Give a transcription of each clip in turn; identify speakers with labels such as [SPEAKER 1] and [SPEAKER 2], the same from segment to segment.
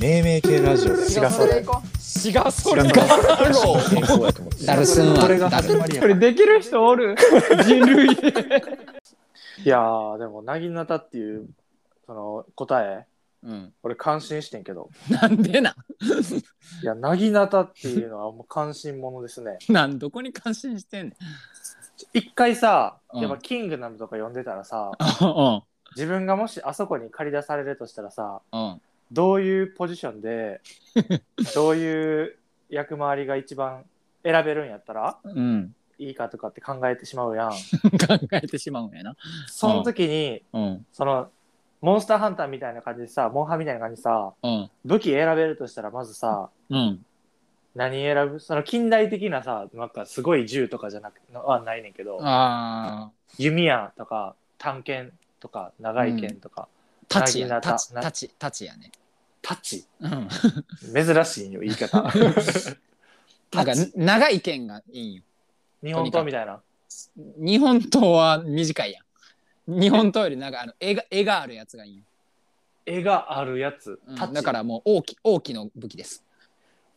[SPEAKER 1] 命名系ラジオだよ
[SPEAKER 2] 違うそれ行こ
[SPEAKER 3] 違うそれ
[SPEAKER 1] 違う
[SPEAKER 3] か
[SPEAKER 1] 健康やと思って
[SPEAKER 4] ダルスンは
[SPEAKER 2] これが
[SPEAKER 4] ダル
[SPEAKER 3] これできる人おる人類
[SPEAKER 2] ういやーでもなぎなたっていうその答え
[SPEAKER 4] うん、
[SPEAKER 2] 俺感心してんけど
[SPEAKER 4] なんでない
[SPEAKER 2] やなぎなたっていうのはもう関心ものですね
[SPEAKER 4] なんどこに感心してんねん。
[SPEAKER 2] 一回さ
[SPEAKER 4] うん
[SPEAKER 2] やっぱ「キングダム」とか読んでたらさ、
[SPEAKER 4] うん
[SPEAKER 2] 自分がもしあそこに借り出されるとしたらさ
[SPEAKER 4] うん
[SPEAKER 2] どういうポジション でどういう役回りが一番選べるんやったら
[SPEAKER 4] うん、
[SPEAKER 2] いいかとかって考えてしまうやん
[SPEAKER 4] 考えてしまうんやな。
[SPEAKER 2] その時に
[SPEAKER 4] うん
[SPEAKER 2] そのモンスターハンターみたいな感じでさモンハンみたいな感じでさ
[SPEAKER 4] うん
[SPEAKER 2] 武器選べるとしたらまずさ
[SPEAKER 4] うん
[SPEAKER 2] 何選ぶその近代的なさなんかすごい銃とかじゃなくのはないねんけど
[SPEAKER 4] ああ
[SPEAKER 2] 弓矢とか短剣とか長い剣とか、
[SPEAKER 4] タチ
[SPEAKER 2] な
[SPEAKER 4] や
[SPEAKER 2] ぎなた
[SPEAKER 4] タチタチタチやね。
[SPEAKER 2] タッチ
[SPEAKER 4] うん、
[SPEAKER 2] 珍しいんよ言い 方 タ
[SPEAKER 4] なんか
[SPEAKER 2] ッチ
[SPEAKER 4] 長い剣がいいんよ。
[SPEAKER 2] 日本刀みたいな
[SPEAKER 4] 日本刀は短いやん。日本刀よりなんかあの絵が絵があるやつがいいんよ、
[SPEAKER 2] 絵があるやつ、
[SPEAKER 4] う
[SPEAKER 2] タッ
[SPEAKER 4] ん。
[SPEAKER 2] チ
[SPEAKER 4] だからもう大き大きの武器です。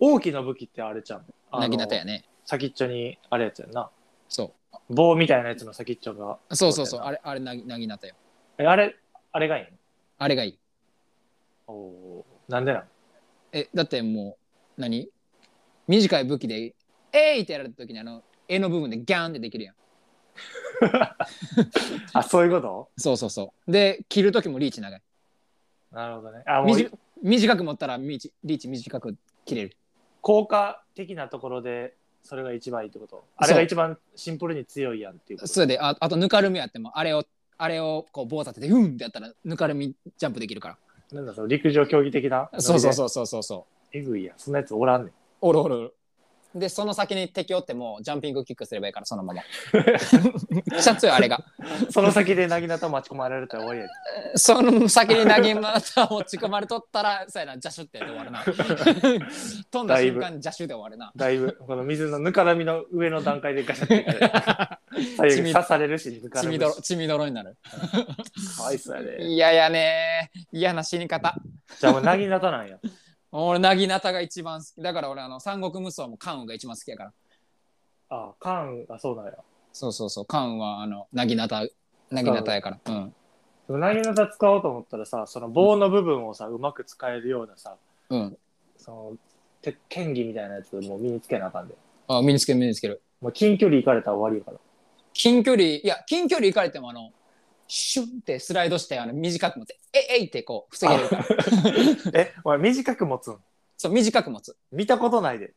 [SPEAKER 2] 大きな武器ってあれじゃんあの
[SPEAKER 4] なぎなたやね。
[SPEAKER 2] 先っちょにあれやつやんな
[SPEAKER 4] そ
[SPEAKER 2] 棒みたいなやつの先っちょが
[SPEAKER 4] うそうそうそう
[SPEAKER 2] あ
[SPEAKER 4] あ
[SPEAKER 2] れ
[SPEAKER 4] れあれなぎなぎなたよ。
[SPEAKER 2] えあれあれがいいの
[SPEAKER 4] あれがいい。
[SPEAKER 2] おーなんでなん
[SPEAKER 4] えだってもう何短い武器で「えい!」ってやられた時にあの絵の部分でギャンってできるやん
[SPEAKER 2] あそういうこと
[SPEAKER 4] そうそうそうで切る時もリーチ長い
[SPEAKER 2] なるほどねあもう
[SPEAKER 4] 短短く持ったらリーチリーチ短く切れる
[SPEAKER 2] 効果的なところでそれが一番いいってことあれが一番シンプルに強いやんっていうこと
[SPEAKER 4] それでああとぬかるみやってもあれをあれをこう棒立ててうんってやったらぬかるみジャンプできるか
[SPEAKER 2] なんだその陸上競技的な
[SPEAKER 4] らそうそう
[SPEAKER 2] う
[SPEAKER 4] そうそうそうそう
[SPEAKER 2] えぐいやんそんなやつおらんねん
[SPEAKER 4] おるおるおるでその先に敵おってもジャンピングキックすればいいからそ のままシャツよあれが
[SPEAKER 2] その先でなぎなた巻き込まれると終わりや
[SPEAKER 4] その先に投げまた落ち込まれとったら、そうやな、ジャシュってやって終わるな。飛んだ瞬
[SPEAKER 2] だ
[SPEAKER 4] 間、ジャシュで終わるな。
[SPEAKER 2] だいぶこの水のぬからみの上の段階でガシャっていっ て左右刺されるしぬか
[SPEAKER 4] 血
[SPEAKER 2] る
[SPEAKER 4] み
[SPEAKER 2] み
[SPEAKER 4] どろ、
[SPEAKER 2] し
[SPEAKER 4] 血みどろになる。
[SPEAKER 2] かわいそうやで
[SPEAKER 4] 嫌やね嫌な死に方。
[SPEAKER 2] じゃあもうなぎなたなんや
[SPEAKER 4] 俺、なぎなたが一番好き。だから俺、あの、三国無双も関羽が一番好きやから。
[SPEAKER 2] あカンあそうなんや
[SPEAKER 4] そうそうそう、関羽は、あの、なぎなた、なぎなたやから。うん。
[SPEAKER 2] でもなぎなた使おうと思ったらさその棒の部分をさうまく使えるようなさ
[SPEAKER 4] うん。
[SPEAKER 2] そのて剣技みたいなやつもう身につけなあかんで
[SPEAKER 4] あ身につける、身につける。
[SPEAKER 2] もう近距離行かれたら終わりやから
[SPEAKER 4] 近距離、いや、近距離行かれても、あの、シュンってスライドして、あの、短く持って、え、えいってこう、防げ るから。
[SPEAKER 2] え、お前短く持つん
[SPEAKER 4] そう、短く持つ。
[SPEAKER 2] 見たことないで。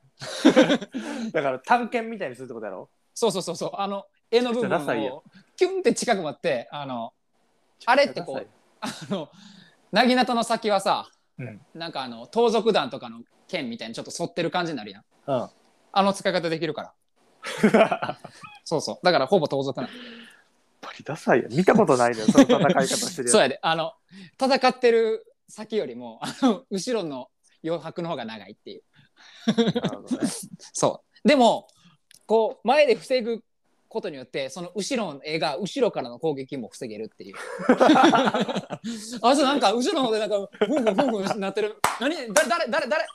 [SPEAKER 2] だから探検みたいにするってことやろ
[SPEAKER 4] そうそうそうそうあの絵の部分
[SPEAKER 2] ちょっとダサいやん
[SPEAKER 4] をキュンって近くまってあのあれってこうあのなぎなたの先はさ、
[SPEAKER 2] うん
[SPEAKER 4] なんかあの盗賊団とかの剣みたいにちょっと反ってる感じになるやん
[SPEAKER 2] う。うん。
[SPEAKER 4] あの使い方できるからそうそうだからほぼ盗賊な
[SPEAKER 2] バリダサいやん。見たことないで、その戦い方してる
[SPEAKER 4] そう
[SPEAKER 2] や
[SPEAKER 4] やであの戦ってる先よりもあの後ろの余白の方が長いっていう
[SPEAKER 2] つ。なるほどね
[SPEAKER 4] そうでもこう前で防ぐことによってその後ろの絵が後ろからの攻撃も防げるって いうあそうなんか後ろの方でなんかブンブンブンブンなってる何誰誰誰誰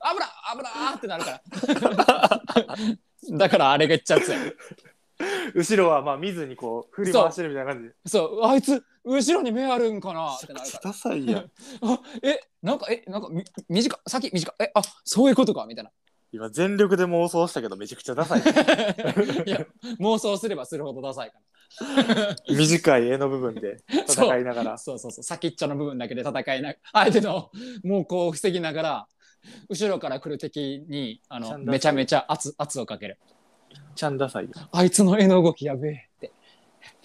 [SPEAKER 4] あ危ない危ないってなるから だからあれが言っちゃう
[SPEAKER 2] 後ろはまあ見ずにこう振り回してるみたいな感じで。
[SPEAKER 4] そうあいつ後ろに目あるんかなってなるから
[SPEAKER 2] ダサいやん。
[SPEAKER 4] あえなんかえなんかみ短い先短いえあそういうことかみたいな
[SPEAKER 2] 今全力で妄想したけどめちゃくちゃダサ い。
[SPEAKER 4] いや妄想すればするほどダサいから
[SPEAKER 2] 短い絵の部分で戦いながら。
[SPEAKER 4] そうそうそう先っちょの部分だけで戦いな 相手の猛攻を防ぎながら後ろから来る敵にあ
[SPEAKER 2] ちゃ
[SPEAKER 4] の
[SPEAKER 2] んと
[SPEAKER 4] めちゃめちゃ圧圧をかける
[SPEAKER 2] ちゃんダサいやん。め
[SPEAKER 4] あいつの絵の動きやべえって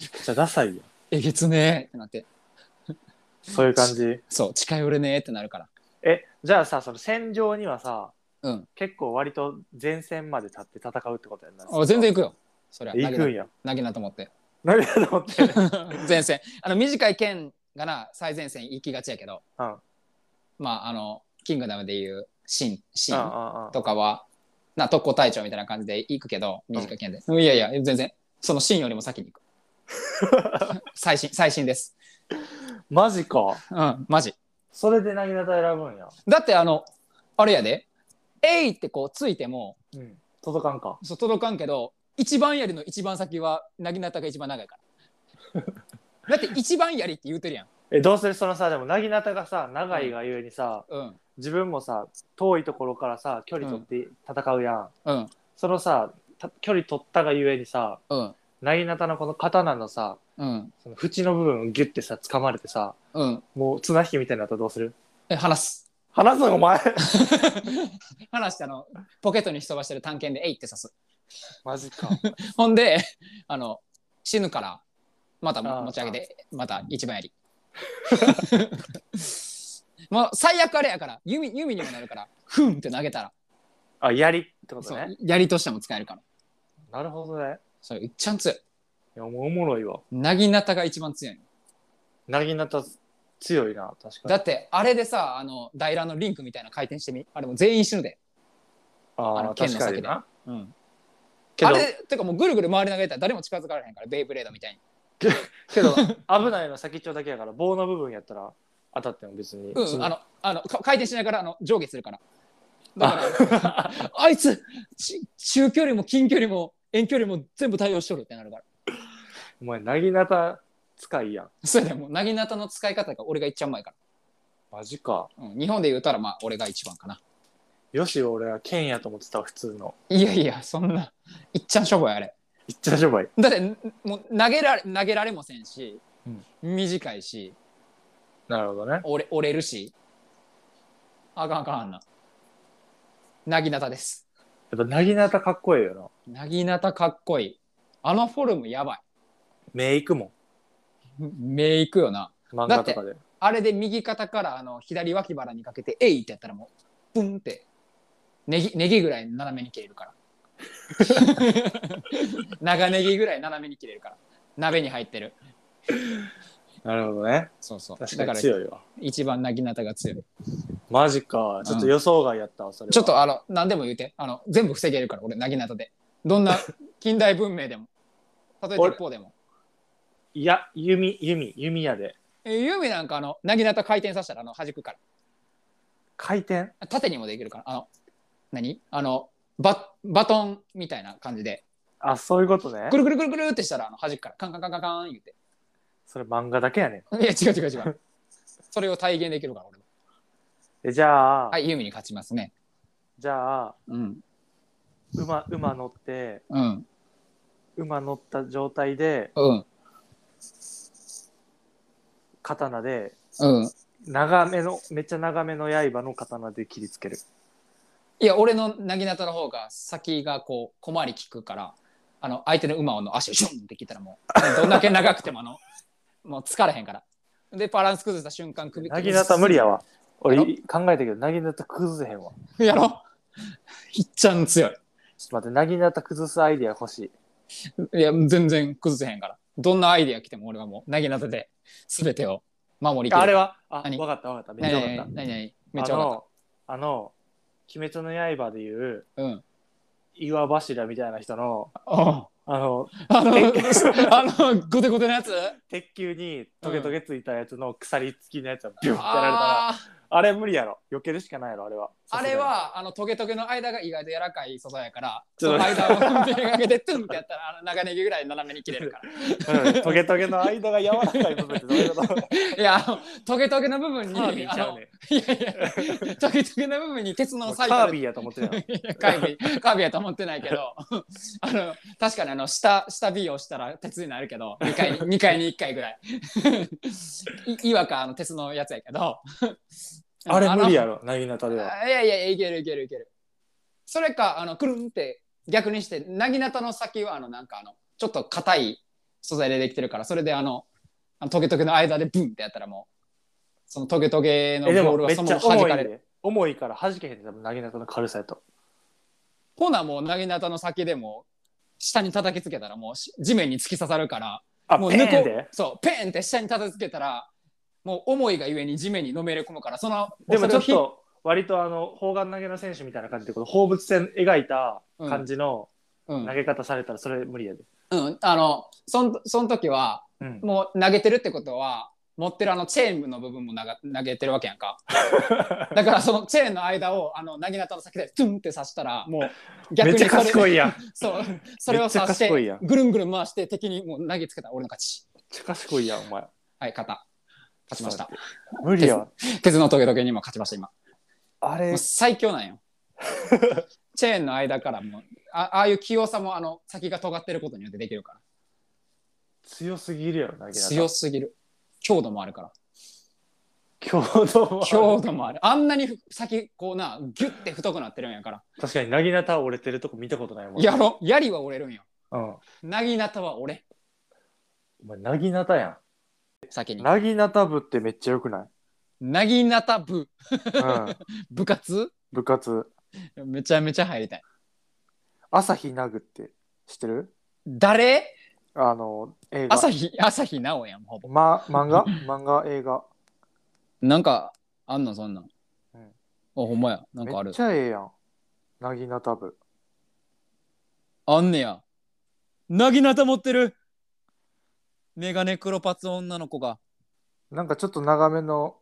[SPEAKER 2] ちゃくちゃダサいやん。
[SPEAKER 4] えげつねえってなって
[SPEAKER 2] そういう感じ。
[SPEAKER 4] そう近寄れねえってなるから
[SPEAKER 2] え、じゃあさ、その戦場にはさ、
[SPEAKER 4] うん
[SPEAKER 2] 結構割と前線まで立って戦うってことやんな。
[SPEAKER 4] あ全然行くよそりゃ
[SPEAKER 2] 行くんや。
[SPEAKER 4] なぎなと思って
[SPEAKER 2] 何だと思って。
[SPEAKER 4] 前線あの短い剣がな最前線行きがちやけど、
[SPEAKER 2] うん
[SPEAKER 4] まああのキングダムでいうシンシ
[SPEAKER 2] うん
[SPEAKER 4] ン
[SPEAKER 2] うんうん
[SPEAKER 4] とかは、な特攻隊長みたいな感じで行くけど、短い剣で。いやいや、全然、そのシーンよりも先に行く。最新、最新です。
[SPEAKER 2] マジか。
[SPEAKER 4] うん、マジ。
[SPEAKER 2] それでなぎなた選ぶんや。
[SPEAKER 4] だってあのあれやで「えい!」ってこうついても
[SPEAKER 2] うん。届かんか。
[SPEAKER 4] そう届かんけど一番槍の一番先はなぎなたが一番長いからだって一番槍って言うてるやん
[SPEAKER 2] え、どうせそのさ、でもなぎなたがさ、長いがゆえにさ、
[SPEAKER 4] うん
[SPEAKER 2] 自分もさ、遠いところからさ、距離取って戦うやん。
[SPEAKER 4] うん
[SPEAKER 2] そのさ、た距離取ったがゆえにさ、
[SPEAKER 4] うん
[SPEAKER 2] なぎなたのこの刀のさ、
[SPEAKER 4] うん
[SPEAKER 2] その縁の部分をギュッてさ、掴まれてさ、
[SPEAKER 4] うん
[SPEAKER 2] もう綱引きみたいになったらどうする
[SPEAKER 4] え話す
[SPEAKER 2] 話すのお前
[SPEAKER 4] 話してあのポケットに潜ばしてる探検で「えい!」って刺す
[SPEAKER 2] マジか。
[SPEAKER 4] ほんで あの死ぬからまた
[SPEAKER 2] あー
[SPEAKER 4] 持ち上げてまた一番槍 もう最悪あれやから弓弓にもなるからフンって投げたら
[SPEAKER 2] あ、槍ってこと
[SPEAKER 4] そ
[SPEAKER 2] ね
[SPEAKER 4] う。槍としても使えるから
[SPEAKER 2] なるほどね。
[SPEAKER 4] それいっちゃん強い
[SPEAKER 2] いや、もうおもろいわ。
[SPEAKER 4] なぎなたが一番強い
[SPEAKER 2] なぎなた強いな、確かに。
[SPEAKER 4] だってあれでさあのダイラのリンクみたいな回転してみあれもう全員死ぬで、
[SPEAKER 2] あ
[SPEAKER 4] あ
[SPEAKER 2] あ
[SPEAKER 4] の
[SPEAKER 2] ー、
[SPEAKER 4] 剣
[SPEAKER 2] 確
[SPEAKER 4] の
[SPEAKER 2] か
[SPEAKER 4] 先で
[SPEAKER 2] にな。
[SPEAKER 4] うん、
[SPEAKER 2] け
[SPEAKER 4] あ
[SPEAKER 2] ど、
[SPEAKER 4] れてかもうぐるぐる回り投げたら誰も近づかれへんからベイブレードみたいに
[SPEAKER 2] けど、 危ないの先っちょだけやから、棒の部分やったら当たっても別に。
[SPEAKER 4] うん、あのあのか回転しながらあの上下するからだ からあいつち中距離も近距離も遠距離も全部対応しとるってなるから
[SPEAKER 2] お前、なぎなた使いやん。
[SPEAKER 4] それでもうなぎなたの使い方が俺が一番うまいか
[SPEAKER 2] マジか。
[SPEAKER 4] ら、うん、日本で言うたらまあ俺が一番かな
[SPEAKER 2] よし、俺は剣やと思ってたわ、普通の。
[SPEAKER 4] いやいやそんないっちゃんしょぼいあれ
[SPEAKER 2] いっちゃしょばい。
[SPEAKER 4] だってんもう投げられ投げられもせんし、短いし
[SPEAKER 2] なるほどね。
[SPEAKER 4] 折れ折れるしあかんあかんあんななぎなたです
[SPEAKER 2] やっぱ、なぎなたかっこええよな。
[SPEAKER 4] なぎなたかっこいいあのフォルムやばい
[SPEAKER 2] 目いくも。
[SPEAKER 4] 目いくよなん
[SPEAKER 2] 漫画とかで。
[SPEAKER 4] あれで右肩からあの左脇腹にかけて「えい!」ってやったらもうブンってネギネギぐらい斜めに切れるから 長ネギぐらい斜めに切れるから鍋に入ってる
[SPEAKER 2] なるほどね。
[SPEAKER 4] そうそう
[SPEAKER 2] 確か
[SPEAKER 4] だ
[SPEAKER 2] に
[SPEAKER 4] から
[SPEAKER 2] 強いわ。
[SPEAKER 4] 一番なぎなたが強い
[SPEAKER 2] マジか。ちょっと予想外やったわ、それは。
[SPEAKER 4] ちょっとあの何でも言うてあの全部防げるから俺なぎなたでどんな近代文明でも例えば
[SPEAKER 2] 俺
[SPEAKER 4] 一方でも
[SPEAKER 2] いや、弓、弓、弓矢で。
[SPEAKER 4] えユーミなんかあのなぎなた回転させたらあの弾くか
[SPEAKER 2] 回転
[SPEAKER 4] ら縦にもできるからあの何あのババトンみたいな感じで
[SPEAKER 2] あ、そういうことね
[SPEAKER 4] く。るくるくるくるってしたらあの弾くからカンカンカンカンカン言って
[SPEAKER 2] それ漫画だけやねん
[SPEAKER 4] いや違う違う違うそれを体現できるから俺も。
[SPEAKER 2] えじゃあ、
[SPEAKER 4] はいユーミに勝ちますね
[SPEAKER 2] じゃあ、
[SPEAKER 4] うん
[SPEAKER 2] 馬、馬乗って、
[SPEAKER 4] うん
[SPEAKER 2] 馬乗った状態で、
[SPEAKER 4] うん
[SPEAKER 2] 刀で、
[SPEAKER 4] うん
[SPEAKER 2] 長めの、めっちゃ長めの刃の刀で切りつける。
[SPEAKER 4] いや俺のなぎなたの方が先がこう小回り利くからあの相手の馬の足をシュンってきたらもうどんだけ長くてもあの もう疲れへんからでバランス崩した瞬間首
[SPEAKER 2] なぎなた無理やわ。俺、
[SPEAKER 4] やろ
[SPEAKER 2] 考えたけど、なぎなた崩せへんわ。
[SPEAKER 4] やろ ひっちゃん強い
[SPEAKER 2] ちょっと待って、なぎなた崩すアイディア欲しい。
[SPEAKER 4] いや全然崩せへんからどんなアイディア来ても俺はもうなぎなたで全てを守りき
[SPEAKER 2] あ
[SPEAKER 4] る
[SPEAKER 2] あれはあ、
[SPEAKER 4] 何
[SPEAKER 2] わかったわかった。めっちゃ
[SPEAKER 4] 何
[SPEAKER 2] わ
[SPEAKER 4] 何
[SPEAKER 2] かっ
[SPEAKER 4] 何何
[SPEAKER 2] た。
[SPEAKER 4] めっちゃ分かっ
[SPEAKER 2] あの、あの、鬼滅の刃でいう、
[SPEAKER 4] たうん
[SPEAKER 2] 岩柱みたいな人の、
[SPEAKER 4] あ
[SPEAKER 2] あの、
[SPEAKER 4] あの あのゴテゴテのやつ
[SPEAKER 2] 鉄球にトゲトゲついたやつの鎖付きのやつをビュッてやられたら、あ
[SPEAKER 4] あ
[SPEAKER 2] れ無理やろ避けるしかないやろあれは
[SPEAKER 4] ーあれはあのトゲトゲの間が意外と柔らかい素材やから
[SPEAKER 2] ち
[SPEAKER 4] そ
[SPEAKER 2] ょっと
[SPEAKER 4] の間を手がけてトゥンってやったらあの長ネギぐらい斜めに切れるから
[SPEAKER 2] さすがにうんトゲトゲの間が柔らかい部分ってどういうこと
[SPEAKER 4] いやあのトゲトゲの部分に
[SPEAKER 2] カービィ
[SPEAKER 4] あ
[SPEAKER 2] ちゃう
[SPEAKER 4] の
[SPEAKER 2] ね
[SPEAKER 4] いやいやトゲトゲの部分に鉄
[SPEAKER 2] も
[SPEAKER 4] の
[SPEAKER 2] うカ
[SPEAKER 4] サイ
[SPEAKER 2] ー
[SPEAKER 4] ト
[SPEAKER 2] ビ
[SPEAKER 4] ル
[SPEAKER 2] ィやと思ってるやん
[SPEAKER 4] いやカービィカービィやと思ってないけど あの確かにあの下下 B を押したら鉄になるけど2回二回に1回ぐらい いいわかあの鉄のやつやけど
[SPEAKER 2] あれ無理や
[SPEAKER 4] ろ
[SPEAKER 2] ろなぎなたでは
[SPEAKER 4] あいやいやいけるいけるいけるそれかあのくるんって逆にしてなぎなたの先はあのなんかあのちょっと硬い素材でできてるからそれであのあのトゲトゲの間でブンってやったらもうそのトゲトゲのボ
[SPEAKER 2] えで
[SPEAKER 4] ー
[SPEAKER 2] も
[SPEAKER 4] ル
[SPEAKER 2] め
[SPEAKER 4] は
[SPEAKER 2] っ
[SPEAKER 4] そ
[SPEAKER 2] ち
[SPEAKER 4] の
[SPEAKER 2] ゃ
[SPEAKER 4] まま弾
[SPEAKER 2] 重
[SPEAKER 4] か
[SPEAKER 2] い
[SPEAKER 4] れる
[SPEAKER 2] で重いから弾けへんで多分なぎなたの軽さやと
[SPEAKER 4] ほなもうなぎなたの先でも下に叩きつけたらもうし地面に突き刺さるから
[SPEAKER 2] あも
[SPEAKER 4] もう
[SPEAKER 2] う抜
[SPEAKER 4] 抜こ
[SPEAKER 2] こ
[SPEAKER 4] う
[SPEAKER 2] で
[SPEAKER 4] そうペンって下に叩きつけたらもう思いがゆえに地面にのめり込むからその
[SPEAKER 2] でもちょっ
[SPEAKER 4] それを
[SPEAKER 2] と割とあの砲丸投げの選手みたいな感じでこの放物線描いた感じの
[SPEAKER 4] ひうん
[SPEAKER 2] 投げ方されたらそれ無理やで
[SPEAKER 4] うんあのそんそん時は
[SPEAKER 2] うん
[SPEAKER 4] もう投げてるってことは持ってるあのチェーンの部分も投げ投げてるわけや んかだからそのチェーンの間をあのなぎなたの先でトゥンって刺したらもう
[SPEAKER 2] めっちゃ賢
[SPEAKER 4] い
[SPEAKER 2] いやん。めっ
[SPEAKER 4] そうそれを刺
[SPEAKER 2] めっちゃ
[SPEAKER 4] し
[SPEAKER 2] 賢いや
[SPEAKER 4] て
[SPEAKER 2] ん
[SPEAKER 4] ぐるんぐるん回して敵にもう投げつけたら俺の勝ち
[SPEAKER 2] ちゃ賢いやん、お前。
[SPEAKER 4] はい勝った勝ちました
[SPEAKER 2] 無理やわ。
[SPEAKER 4] 鉄のトゲトゲにも勝ちました今
[SPEAKER 2] あ
[SPEAKER 4] も
[SPEAKER 2] れ
[SPEAKER 4] う、最 強なんよチェーンの間からもうあああいう器用さもあの先が尖ってることによってできるか
[SPEAKER 2] 強すぎるやろ、な
[SPEAKER 4] ら
[SPEAKER 2] ぎなた。
[SPEAKER 4] 強すぎる強度もあるから
[SPEAKER 2] 強度は
[SPEAKER 4] 強度もあるあんなに先こうなギュッて太くなってるんやから
[SPEAKER 2] 確かに、なぎなた折れてるとこ見たことないもん。
[SPEAKER 4] やろ槍は折れるんよ
[SPEAKER 2] うん。お
[SPEAKER 4] なぎなたは俺
[SPEAKER 2] 前、なぎなたや
[SPEAKER 4] 先
[SPEAKER 2] ん。
[SPEAKER 4] に
[SPEAKER 2] なぎなた部ってめっちゃよくない
[SPEAKER 4] なぎなた部
[SPEAKER 2] うん。
[SPEAKER 4] 部活
[SPEAKER 2] 部活。
[SPEAKER 4] めちゃめちゃ入りたい
[SPEAKER 2] 朝日なぐって知ってる
[SPEAKER 4] 誰
[SPEAKER 2] あの、映画。
[SPEAKER 4] 朝日朝日奈央やんほぼ
[SPEAKER 2] ま、漫画漫画、映画。
[SPEAKER 4] なんかあんのそんなん、
[SPEAKER 2] う
[SPEAKER 4] あ
[SPEAKER 2] ん
[SPEAKER 4] ほんまやなんかあ
[SPEAKER 2] め
[SPEAKER 4] る
[SPEAKER 2] っちゃええやん。なぎなた部。
[SPEAKER 4] あんねやなぎなた持ってるメガネ黒髪女の子が
[SPEAKER 2] なんかちょっと長めの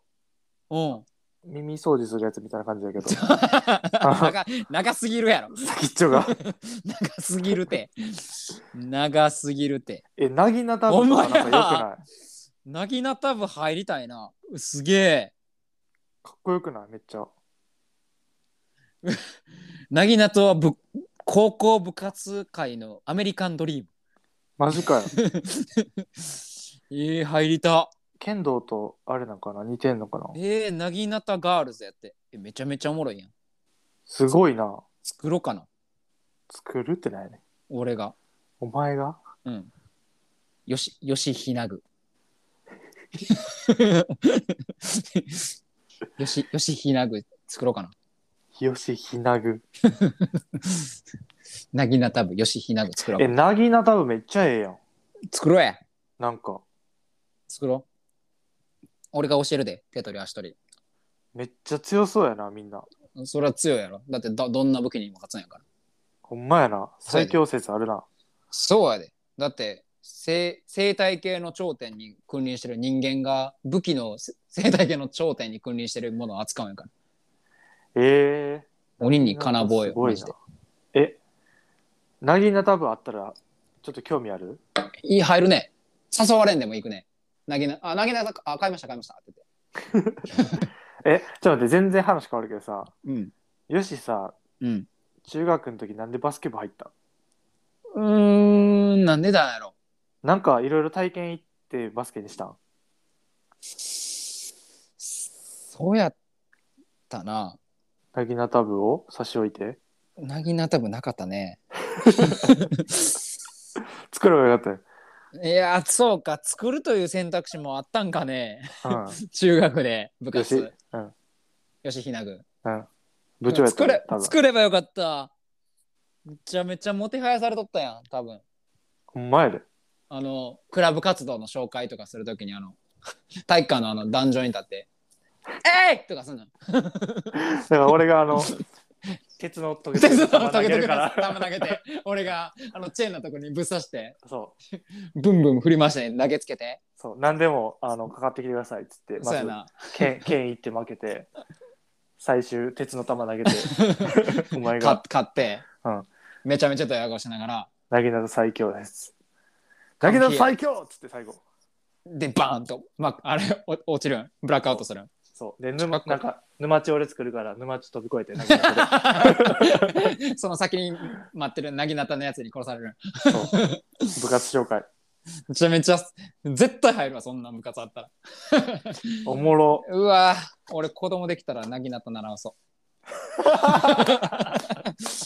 [SPEAKER 4] うん
[SPEAKER 2] 耳掃除するやつみたいな感じだけ ど、
[SPEAKER 4] 長長すぎるやろ
[SPEAKER 2] 先っちょが。
[SPEAKER 4] 長すぎるて長すぎるて
[SPEAKER 2] え、なぎなた部とかなんかよくない
[SPEAKER 4] なぎなた部入りたいなうすげえ
[SPEAKER 2] かっこよくないめっちゃ。
[SPEAKER 4] なぎなたはぶ高校部活界のアメリカンドリーム
[SPEAKER 2] マジかよ。
[SPEAKER 4] ええ入りた
[SPEAKER 2] 剣道とあれなんかな似てんのかな
[SPEAKER 4] ええなぎなたガールズやってえめちゃめちゃおもろいやん
[SPEAKER 2] すごいな。
[SPEAKER 4] 作ろうかな
[SPEAKER 2] 作るってないね。
[SPEAKER 4] 俺が
[SPEAKER 2] お前が
[SPEAKER 4] うん。よし、よしひ なぐ。よし、よしひなぐ作ろうかな。
[SPEAKER 2] 日吉ひなぐ。
[SPEAKER 4] なぎなたぶ、よしひなぐ作ろ
[SPEAKER 2] え、
[SPEAKER 4] う。
[SPEAKER 2] なぎなた部めっちゃええやん。
[SPEAKER 4] 作ろうや。
[SPEAKER 2] なんか、
[SPEAKER 4] 作ろう。俺が教えるで、手取り足取
[SPEAKER 2] めっちゃ強そうやな、みんな。
[SPEAKER 4] り。それは強いやろ。だってど、どんな武器にも勝つんやから。
[SPEAKER 2] ほんまやな。最強説あるな。
[SPEAKER 4] そうやで。だって、生生態系の頂点に君臨してる人間が武器のせ生態系の頂点に君臨してるものを扱うんやから。
[SPEAKER 2] ええ
[SPEAKER 4] 鬼に金棒
[SPEAKER 2] す
[SPEAKER 4] よ。
[SPEAKER 2] ご
[SPEAKER 4] マ
[SPEAKER 2] い
[SPEAKER 4] ジ
[SPEAKER 2] な
[SPEAKER 4] で。。
[SPEAKER 2] え、なぎなた部あったら、ちょっと興味ある
[SPEAKER 4] いい入るね。誘われんでも行くね。投げな、あ、投げな、あ、買いました、買いましたって
[SPEAKER 2] え、ちょっと待って、全然話変わるけどさ、
[SPEAKER 4] 言って。
[SPEAKER 2] よしさ、
[SPEAKER 4] うん。
[SPEAKER 2] 中学の時なんでバスケ部入った
[SPEAKER 4] うん。うーん、なんでだやろ。
[SPEAKER 2] なんかいろいろ体験行ってバスケにしたん
[SPEAKER 4] そうやったな。
[SPEAKER 2] なぎなた部を差し置いて
[SPEAKER 4] なぎな多分なかったね。
[SPEAKER 2] 作ればよかっ
[SPEAKER 4] いやー、そうか、作るという選択肢もあったんかね。
[SPEAKER 2] たよ、
[SPEAKER 4] 中学で部
[SPEAKER 2] うん、よし、
[SPEAKER 4] 活。
[SPEAKER 2] うん、
[SPEAKER 4] よしひなぐ。
[SPEAKER 2] 部長やった
[SPEAKER 4] 作
[SPEAKER 2] よ
[SPEAKER 4] れ
[SPEAKER 2] 多分
[SPEAKER 4] 作ればよかった。めちゃめちゃもてはやされとったやん、多分。
[SPEAKER 2] ほんまやで
[SPEAKER 4] あの、クラブ活動の紹介とかするときに、あの、 体育館のあの、壇上に立って、えいとかすんの。
[SPEAKER 2] だから俺があの
[SPEAKER 3] 鉄のトゲ
[SPEAKER 4] 鉄の
[SPEAKER 2] 玉
[SPEAKER 4] 玉
[SPEAKER 2] 投
[SPEAKER 4] 投
[SPEAKER 2] げ
[SPEAKER 4] げ
[SPEAKER 2] る
[SPEAKER 4] て
[SPEAKER 2] か
[SPEAKER 4] からら、玉投げて、俺が、あの、チェーンのとこにぶっ刺して、
[SPEAKER 2] そう
[SPEAKER 4] ブンブン振り回して、投げつけて。
[SPEAKER 2] そう何でもあのかかってきてくださいっつって
[SPEAKER 4] そう
[SPEAKER 2] ま
[SPEAKER 4] や
[SPEAKER 2] ず
[SPEAKER 4] な。
[SPEAKER 2] 剣剣行って負け て最終鉄の玉投げてお前
[SPEAKER 4] か
[SPEAKER 2] が
[SPEAKER 4] 買って、
[SPEAKER 2] うん
[SPEAKER 4] めちゃめちゃドヤ顔しながら、
[SPEAKER 2] 「なぎなた最強です」「なぎなた最強!」っつって最後
[SPEAKER 4] で、バーンと、まあ、あれ、お落ちるん。ブラックアウトす るん。
[SPEAKER 2] そうで沼
[SPEAKER 4] かっこい
[SPEAKER 2] ないんか沼地俺作るから沼地飛び越えてなぎなたで
[SPEAKER 4] その先に待ってる、なぎなたのやつに殺される。
[SPEAKER 2] 部活紹介
[SPEAKER 4] めちゃめちゃ、絶対入るわ、そんな部活あったら。
[SPEAKER 2] おもろ
[SPEAKER 4] うわぁ俺子供できたらなぎなた習わそう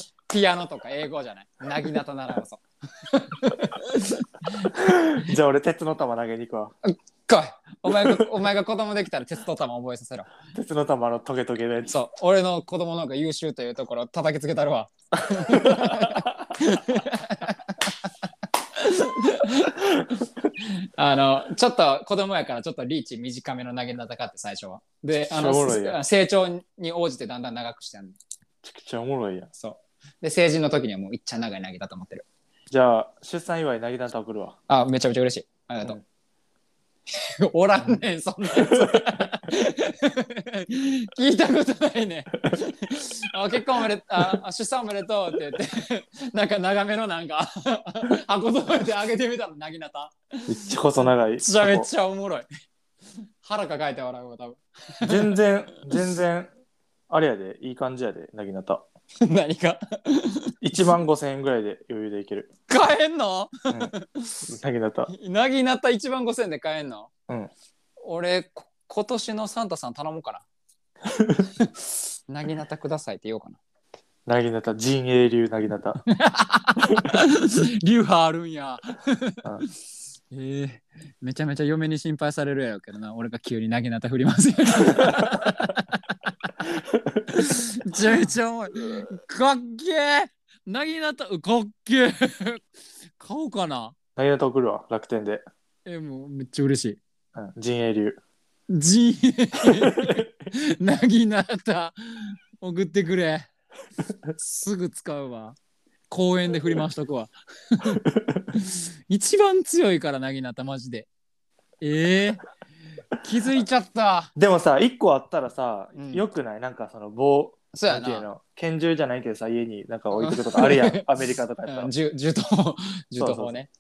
[SPEAKER 4] ピアノとか英語じゃないなぎなた習わそう
[SPEAKER 2] じゃあ俺鉄の玉投げに行くわ。
[SPEAKER 4] 来いお前が お前が子供できたら鉄と玉覚えさせろ
[SPEAKER 2] 鉄の玉のトゲトゲのやつ。
[SPEAKER 4] そう俺の子供の方が優秀というところを叩きつけた るわあのちょっと子供やからちょっとリーチ短めの投げなたかって最初はであの
[SPEAKER 2] おもろいや
[SPEAKER 4] 成長に応じてだんだん長くしてある
[SPEAKER 2] めちゃくちゃおもろいやん。
[SPEAKER 4] そう。で、成人の時にはもういっちゃん長い投げだと思ってる。
[SPEAKER 2] じゃあ出産祝いなぎなた送るわ。
[SPEAKER 4] あ、めちゃめちゃ嬉しい。ありがとう。
[SPEAKER 2] うん
[SPEAKER 4] おらんね ん、そんなやつ。 聞いたことないねん。あ結婚おめでああ出産おめでとうって言って、 なんか長めのなんか、箱届いてあげてみたの、なぎなた。
[SPEAKER 2] めっちゃ細長い。
[SPEAKER 4] めちゃめちゃおもろい。腹抱えて笑うわ、多
[SPEAKER 2] 全然、全然、あれやで、いい感じやで、なぎなた。
[SPEAKER 4] 分。 何か。
[SPEAKER 2] 1万5000円ぐらいで余裕でいける。
[SPEAKER 4] 買えんの
[SPEAKER 2] なぎなた。
[SPEAKER 4] なぎなた1万5000円で買えんの
[SPEAKER 2] うん。
[SPEAKER 4] 俺、こ今年のサンタさん頼もうかな。 なぎなたくださいって言おうかな。
[SPEAKER 2] なぎなた、陣営流なぎなた。
[SPEAKER 4] 流派あるんや。
[SPEAKER 2] うん
[SPEAKER 4] えーめちゃめちゃ嫁に心配されるやろうけどな俺が急になぎなた振りますよめちゃめちゃ重いかっけえなぎなたかっけえ買おうかな
[SPEAKER 2] なぎなた送るわ、楽天で。
[SPEAKER 4] えもうめっちゃ嬉しい
[SPEAKER 2] うん、陣営流。
[SPEAKER 4] じなぎなた送ってくれすぐ使うわ公園で振り回しとくわ一番強いからなぎなたマジでえー、気づいちゃった
[SPEAKER 2] でもさ、1個あったらさ、
[SPEAKER 4] うん
[SPEAKER 2] よくないなんかその棒、
[SPEAKER 4] そうや
[SPEAKER 2] なんていう
[SPEAKER 4] な、
[SPEAKER 2] の拳銃じゃないけどさ、家になんか置いてることある やん。アメリカとかやった
[SPEAKER 4] う
[SPEAKER 2] ら
[SPEAKER 4] ん、。銃銃刀銃刀法ね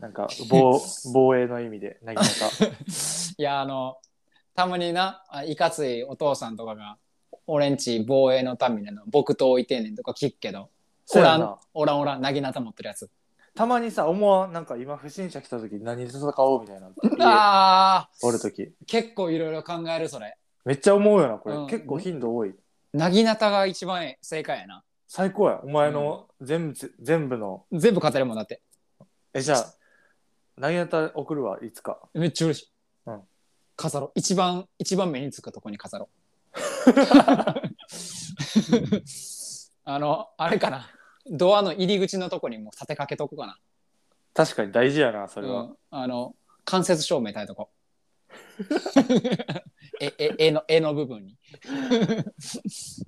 [SPEAKER 2] なんか防、防衛の意味で、なぎな た。
[SPEAKER 4] いやあのたまになあいかついお父さんとかが俺んち防衛のためにあの木刀置いてんねんとか聞くけど
[SPEAKER 2] そ
[SPEAKER 4] お
[SPEAKER 2] うや
[SPEAKER 4] ら。
[SPEAKER 2] なん
[SPEAKER 4] おらんおらんなぎなた持ってるやつ
[SPEAKER 2] たまにさ、思わん、なんか今不審者来た時何で戦おうみた いな。家
[SPEAKER 4] あ
[SPEAKER 2] おる時。
[SPEAKER 4] ー結構いろいろ考えるそれ
[SPEAKER 2] めっちゃ思うよな、これ。
[SPEAKER 4] うん
[SPEAKER 2] 結構頻度多い。
[SPEAKER 4] なぎなたが一番ええ正解やな
[SPEAKER 2] 最高や。お前の全部、全部の。
[SPEAKER 4] 全部語れるもんだって
[SPEAKER 2] え、じゃあ、なぎなた送るわ、いつか。
[SPEAKER 4] めっちゃ嬉しい、
[SPEAKER 2] うん
[SPEAKER 4] 飾ろう一番一番目につくとこに飾ろ うあのあれかなドアの入り口のとこにもう立てかけとこうかな
[SPEAKER 2] 確かに大事やな、それは。
[SPEAKER 4] うんあの間接照明たいとこ ええ絵の絵の部分に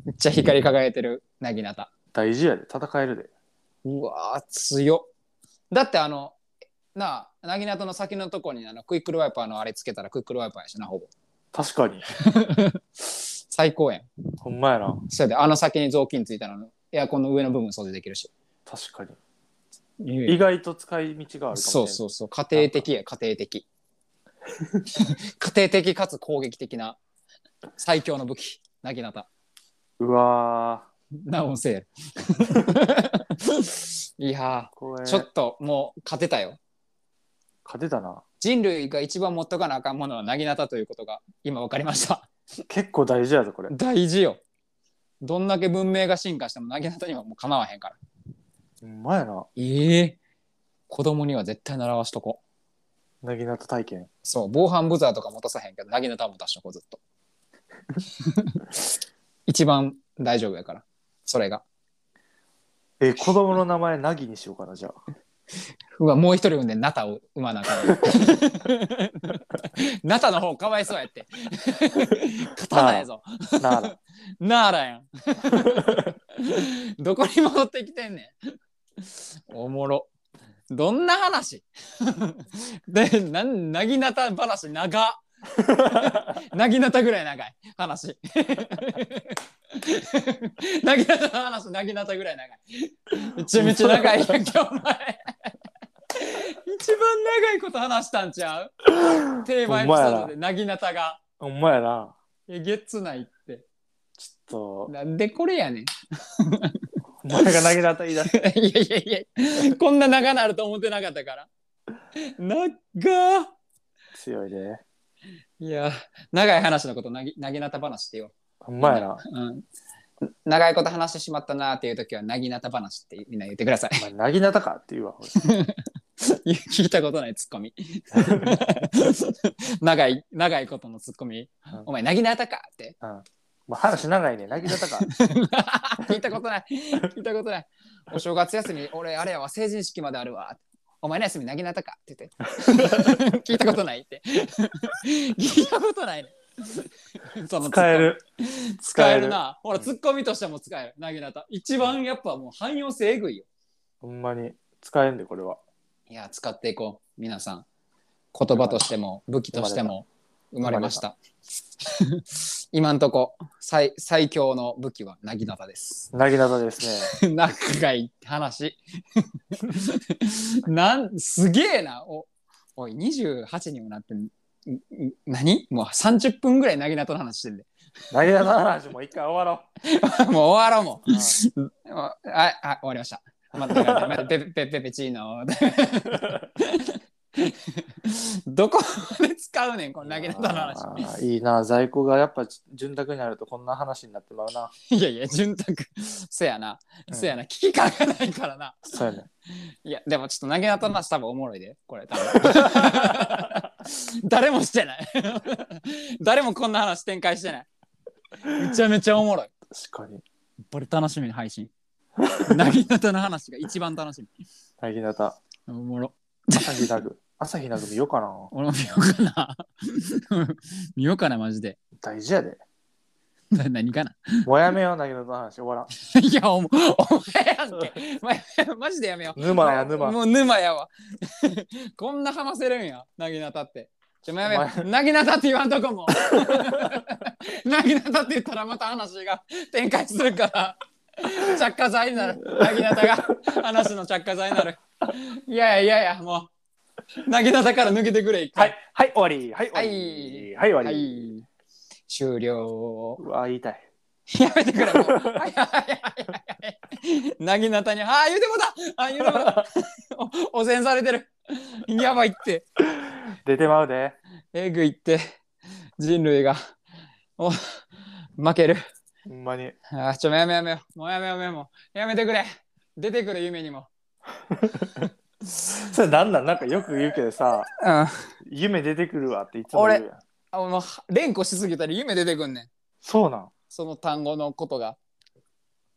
[SPEAKER 4] めっちゃ光り輝いてるなぎなた
[SPEAKER 2] 大事やで。戦えるで。
[SPEAKER 4] うわー強っだってあのなあなぎなたの先のとこにあのクイックルワイパーのあれつけたらクイックルワイパーやしなほぼ
[SPEAKER 2] 確かに。
[SPEAKER 4] 最高やん
[SPEAKER 2] ほんまやな。
[SPEAKER 4] それであの先に雑巾ついたらエアコンの上の部分掃除できるし
[SPEAKER 2] 確かに。意外と使い道があるかもしれない。
[SPEAKER 4] そうそうそう家庭的や家 庭的家庭的かつ攻撃的な最強の武器なぎなた
[SPEAKER 2] う。うわ
[SPEAKER 4] ナオ ンセールいや
[SPEAKER 2] ー、こ
[SPEAKER 4] ー
[SPEAKER 2] れ、
[SPEAKER 4] ちょっともう勝てたよ
[SPEAKER 2] 勝てたな。
[SPEAKER 4] 人類が一番持っとかなあかんものはなぎなたということが今分かりました
[SPEAKER 2] 結構大事やぞ、これ。
[SPEAKER 4] 大事よどんだけ文明が進化してもなぎなたにはもうかなわへんから
[SPEAKER 2] ほんまやな。
[SPEAKER 4] ええ子供には絶対習わしとこう
[SPEAKER 2] なぎなた体験。
[SPEAKER 4] そう防犯ブザーとか持たさへんけどなぎなたは持たしとこうずっと 一番大丈夫やからそれが
[SPEAKER 2] え、子供の名前、なぎにしようかな、じゃあ。
[SPEAKER 4] うわもう一人産んでナタを産まなあかん ナタの方かわいそうやって 刀やぞ
[SPEAKER 2] なあら。
[SPEAKER 4] なあらやん。どこに戻ってきてんねん。おもろ。どんな話で、なん、なぎなた話長っ。なぎなたぐらい長い話。なぎなたの話、なぎなたぐらい長い。めちゃめちゃ長いやんけ、お前。一番長いこと話したんちゃうテーマエピソードでなぎなたが。
[SPEAKER 2] ほんまやな。
[SPEAKER 4] えげつないって。
[SPEAKER 2] ちょっ
[SPEAKER 4] なんでこれやねん。い
[SPEAKER 2] と、 お前がなぎなた言い出し
[SPEAKER 4] やいやいや、こんな長なると思ってなかったから。長っ
[SPEAKER 2] 強いで。
[SPEAKER 4] いや、長い話のことなぎ、なぎなた話って言おう。
[SPEAKER 2] ほんまやな。
[SPEAKER 4] うん。長いこと話してしまったなーっていう時は、なぎなた話ってみんな言ってください。
[SPEAKER 2] お 前、なぎなたかって言うわ。俺
[SPEAKER 4] 聞いたことないツッコ ミ。長い、長いことのツッコミ
[SPEAKER 2] うん。
[SPEAKER 4] お前、なぎなたかって。
[SPEAKER 2] まあ、話長いね。なぎなたか。
[SPEAKER 4] 聞いたことない。聞いたことない。お正月休み、俺、あれやわ、成人式まであるわ。お前の休み、なぎなたかって言って。 聞いたことないって。聞いたことないね。そのツッコミ
[SPEAKER 2] 使え。る。
[SPEAKER 4] 使えるな。ほら、
[SPEAKER 2] うん
[SPEAKER 4] ツッコミとしても使える。なぎなた。一番やっぱもう汎用性えぐいよ。
[SPEAKER 2] ほんまに。使えんで、これは。
[SPEAKER 4] いや、使っていこう。皆さん。言葉としても武器としても生まれました 今んとこ最最強の武器はなぎなたです
[SPEAKER 2] なぎなたですね。
[SPEAKER 4] 仲いいって話 なんすげえなおおい28にもなってんんん何もう30分ぐらいなぎなたの話してるで
[SPEAKER 2] なぎなたの話もう一回終わろ
[SPEAKER 4] もう終わろうもう
[SPEAKER 2] う。
[SPEAKER 4] あ、あ、あ終わりました。まだ、まだまだペペペペペチーノ。 どこまで使うねん、この投げ方の話。
[SPEAKER 2] あーいいな、在庫がやっぱ潤沢になるとこんな話になってまうな。
[SPEAKER 4] いやいや、潤沢。そやな。
[SPEAKER 2] うん
[SPEAKER 4] そやな。危機感がないからな。
[SPEAKER 2] そうやね。
[SPEAKER 4] いや、でもちょっと投げ方の話多分おもろいで、これ多 分。誰もしてない。 誰もこんな話展開してない。めちゃめちゃおもろい。
[SPEAKER 2] 確かに。
[SPEAKER 4] これ楽しみに配 信。投げ方の話が一番楽しみ。
[SPEAKER 2] なぎなた、
[SPEAKER 4] おもろ。
[SPEAKER 2] 朝日なぐ。朝日なぐ見ようかな。
[SPEAKER 4] 俺も見ようかな。 見ようかな、マジで。
[SPEAKER 2] 大事やで。
[SPEAKER 4] な何かな。
[SPEAKER 2] もうやめよう、なぎなたの話終わらん。
[SPEAKER 4] いや、おもお前やんけ。まマジでやめよう。
[SPEAKER 2] 沼や沼
[SPEAKER 4] もう沼やわ。 こんなはませるんや、なぎなたって。ちょ、もうやめよう。なぎなたって言わんとこも。 なぎなたって言ったらまた話が展開するから。着火剤になる。なぎなたが話の着火剤になる。いやいやいやいや、もう。なぎなたから抜けてくれ、一
[SPEAKER 2] は
[SPEAKER 4] 回
[SPEAKER 2] い、はい、終わり。はい、終わり。はい、終わ
[SPEAKER 4] は
[SPEAKER 2] り。
[SPEAKER 4] い。終了。
[SPEAKER 2] うわ、言いたい。
[SPEAKER 4] やめてくれ。もうはいはいはいはい。なぎなたに、ああ、言うてもうた。ああ、言うてもうた。お、汚染されてる。やばいって。
[SPEAKER 2] 出てまうで。
[SPEAKER 4] えぐいって。人類が。お、負ける。
[SPEAKER 2] ほんまに。
[SPEAKER 4] あーちょ、やめやめよ。もうやめやめよ。もうやめてくれ。出てくれ、夢にも。
[SPEAKER 2] それなんなんなんかよく言うけどさ、
[SPEAKER 4] うん。あ
[SPEAKER 2] 夢出てくるわっていつも言うやん。
[SPEAKER 4] もう、連呼しすぎたら夢出てくんねん。
[SPEAKER 2] そうなん。
[SPEAKER 4] その単語のことが。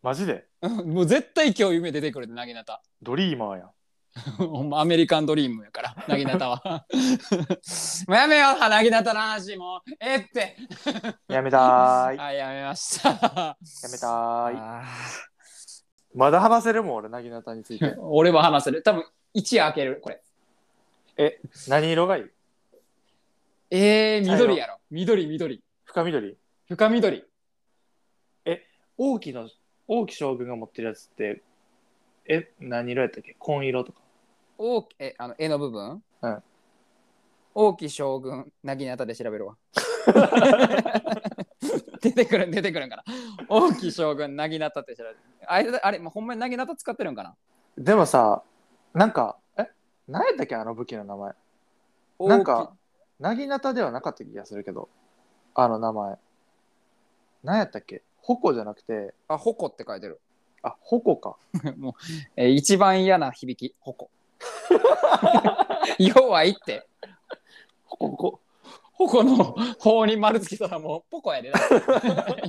[SPEAKER 2] マジで。
[SPEAKER 4] うんもう絶対今日夢出てくるって、なぎなた。
[SPEAKER 2] ドリーマーやん。
[SPEAKER 4] ほん まアメリカンドリームやから、なぎなたは。 もうやめよう、なぎなたの話もう。ええって。
[SPEAKER 2] やめたーい。や
[SPEAKER 4] はい、やめました。
[SPEAKER 2] めたーい。
[SPEAKER 4] あ
[SPEAKER 2] まだ話せるもん、俺、なぎなたについ て
[SPEAKER 4] ー。俺は話せる。多分一夜明ける、これ。
[SPEAKER 2] 何色がいい
[SPEAKER 4] えー、緑やろ。緑、緑。
[SPEAKER 2] 深緑
[SPEAKER 4] 深緑。
[SPEAKER 2] 王騎の、王騎将軍が持ってるやつって、え、何色やったっけ紺色とか。
[SPEAKER 4] 大きえあの絵の部分
[SPEAKER 2] うん。
[SPEAKER 4] 大き将軍、なぎなたで調べ るわ。出てくるん、出てくるんから。大き将軍、なぎなたって調べる。あれ、あれ、まあほんまになぎなた使ってるんかな
[SPEAKER 2] でもさ、なんか、え、何やったっけあの武器の名前。なんか、なぎなたではなかった気がするけど、あの名前。何やったっけ矛じゃなくて、
[SPEAKER 4] あ、矛って書いてる。
[SPEAKER 2] あ、矛か。
[SPEAKER 4] もう、えー一番嫌な響き、矛。 弱いって。
[SPEAKER 2] 矛、矛。
[SPEAKER 4] 矛の方に丸つけたらもうポコやでな。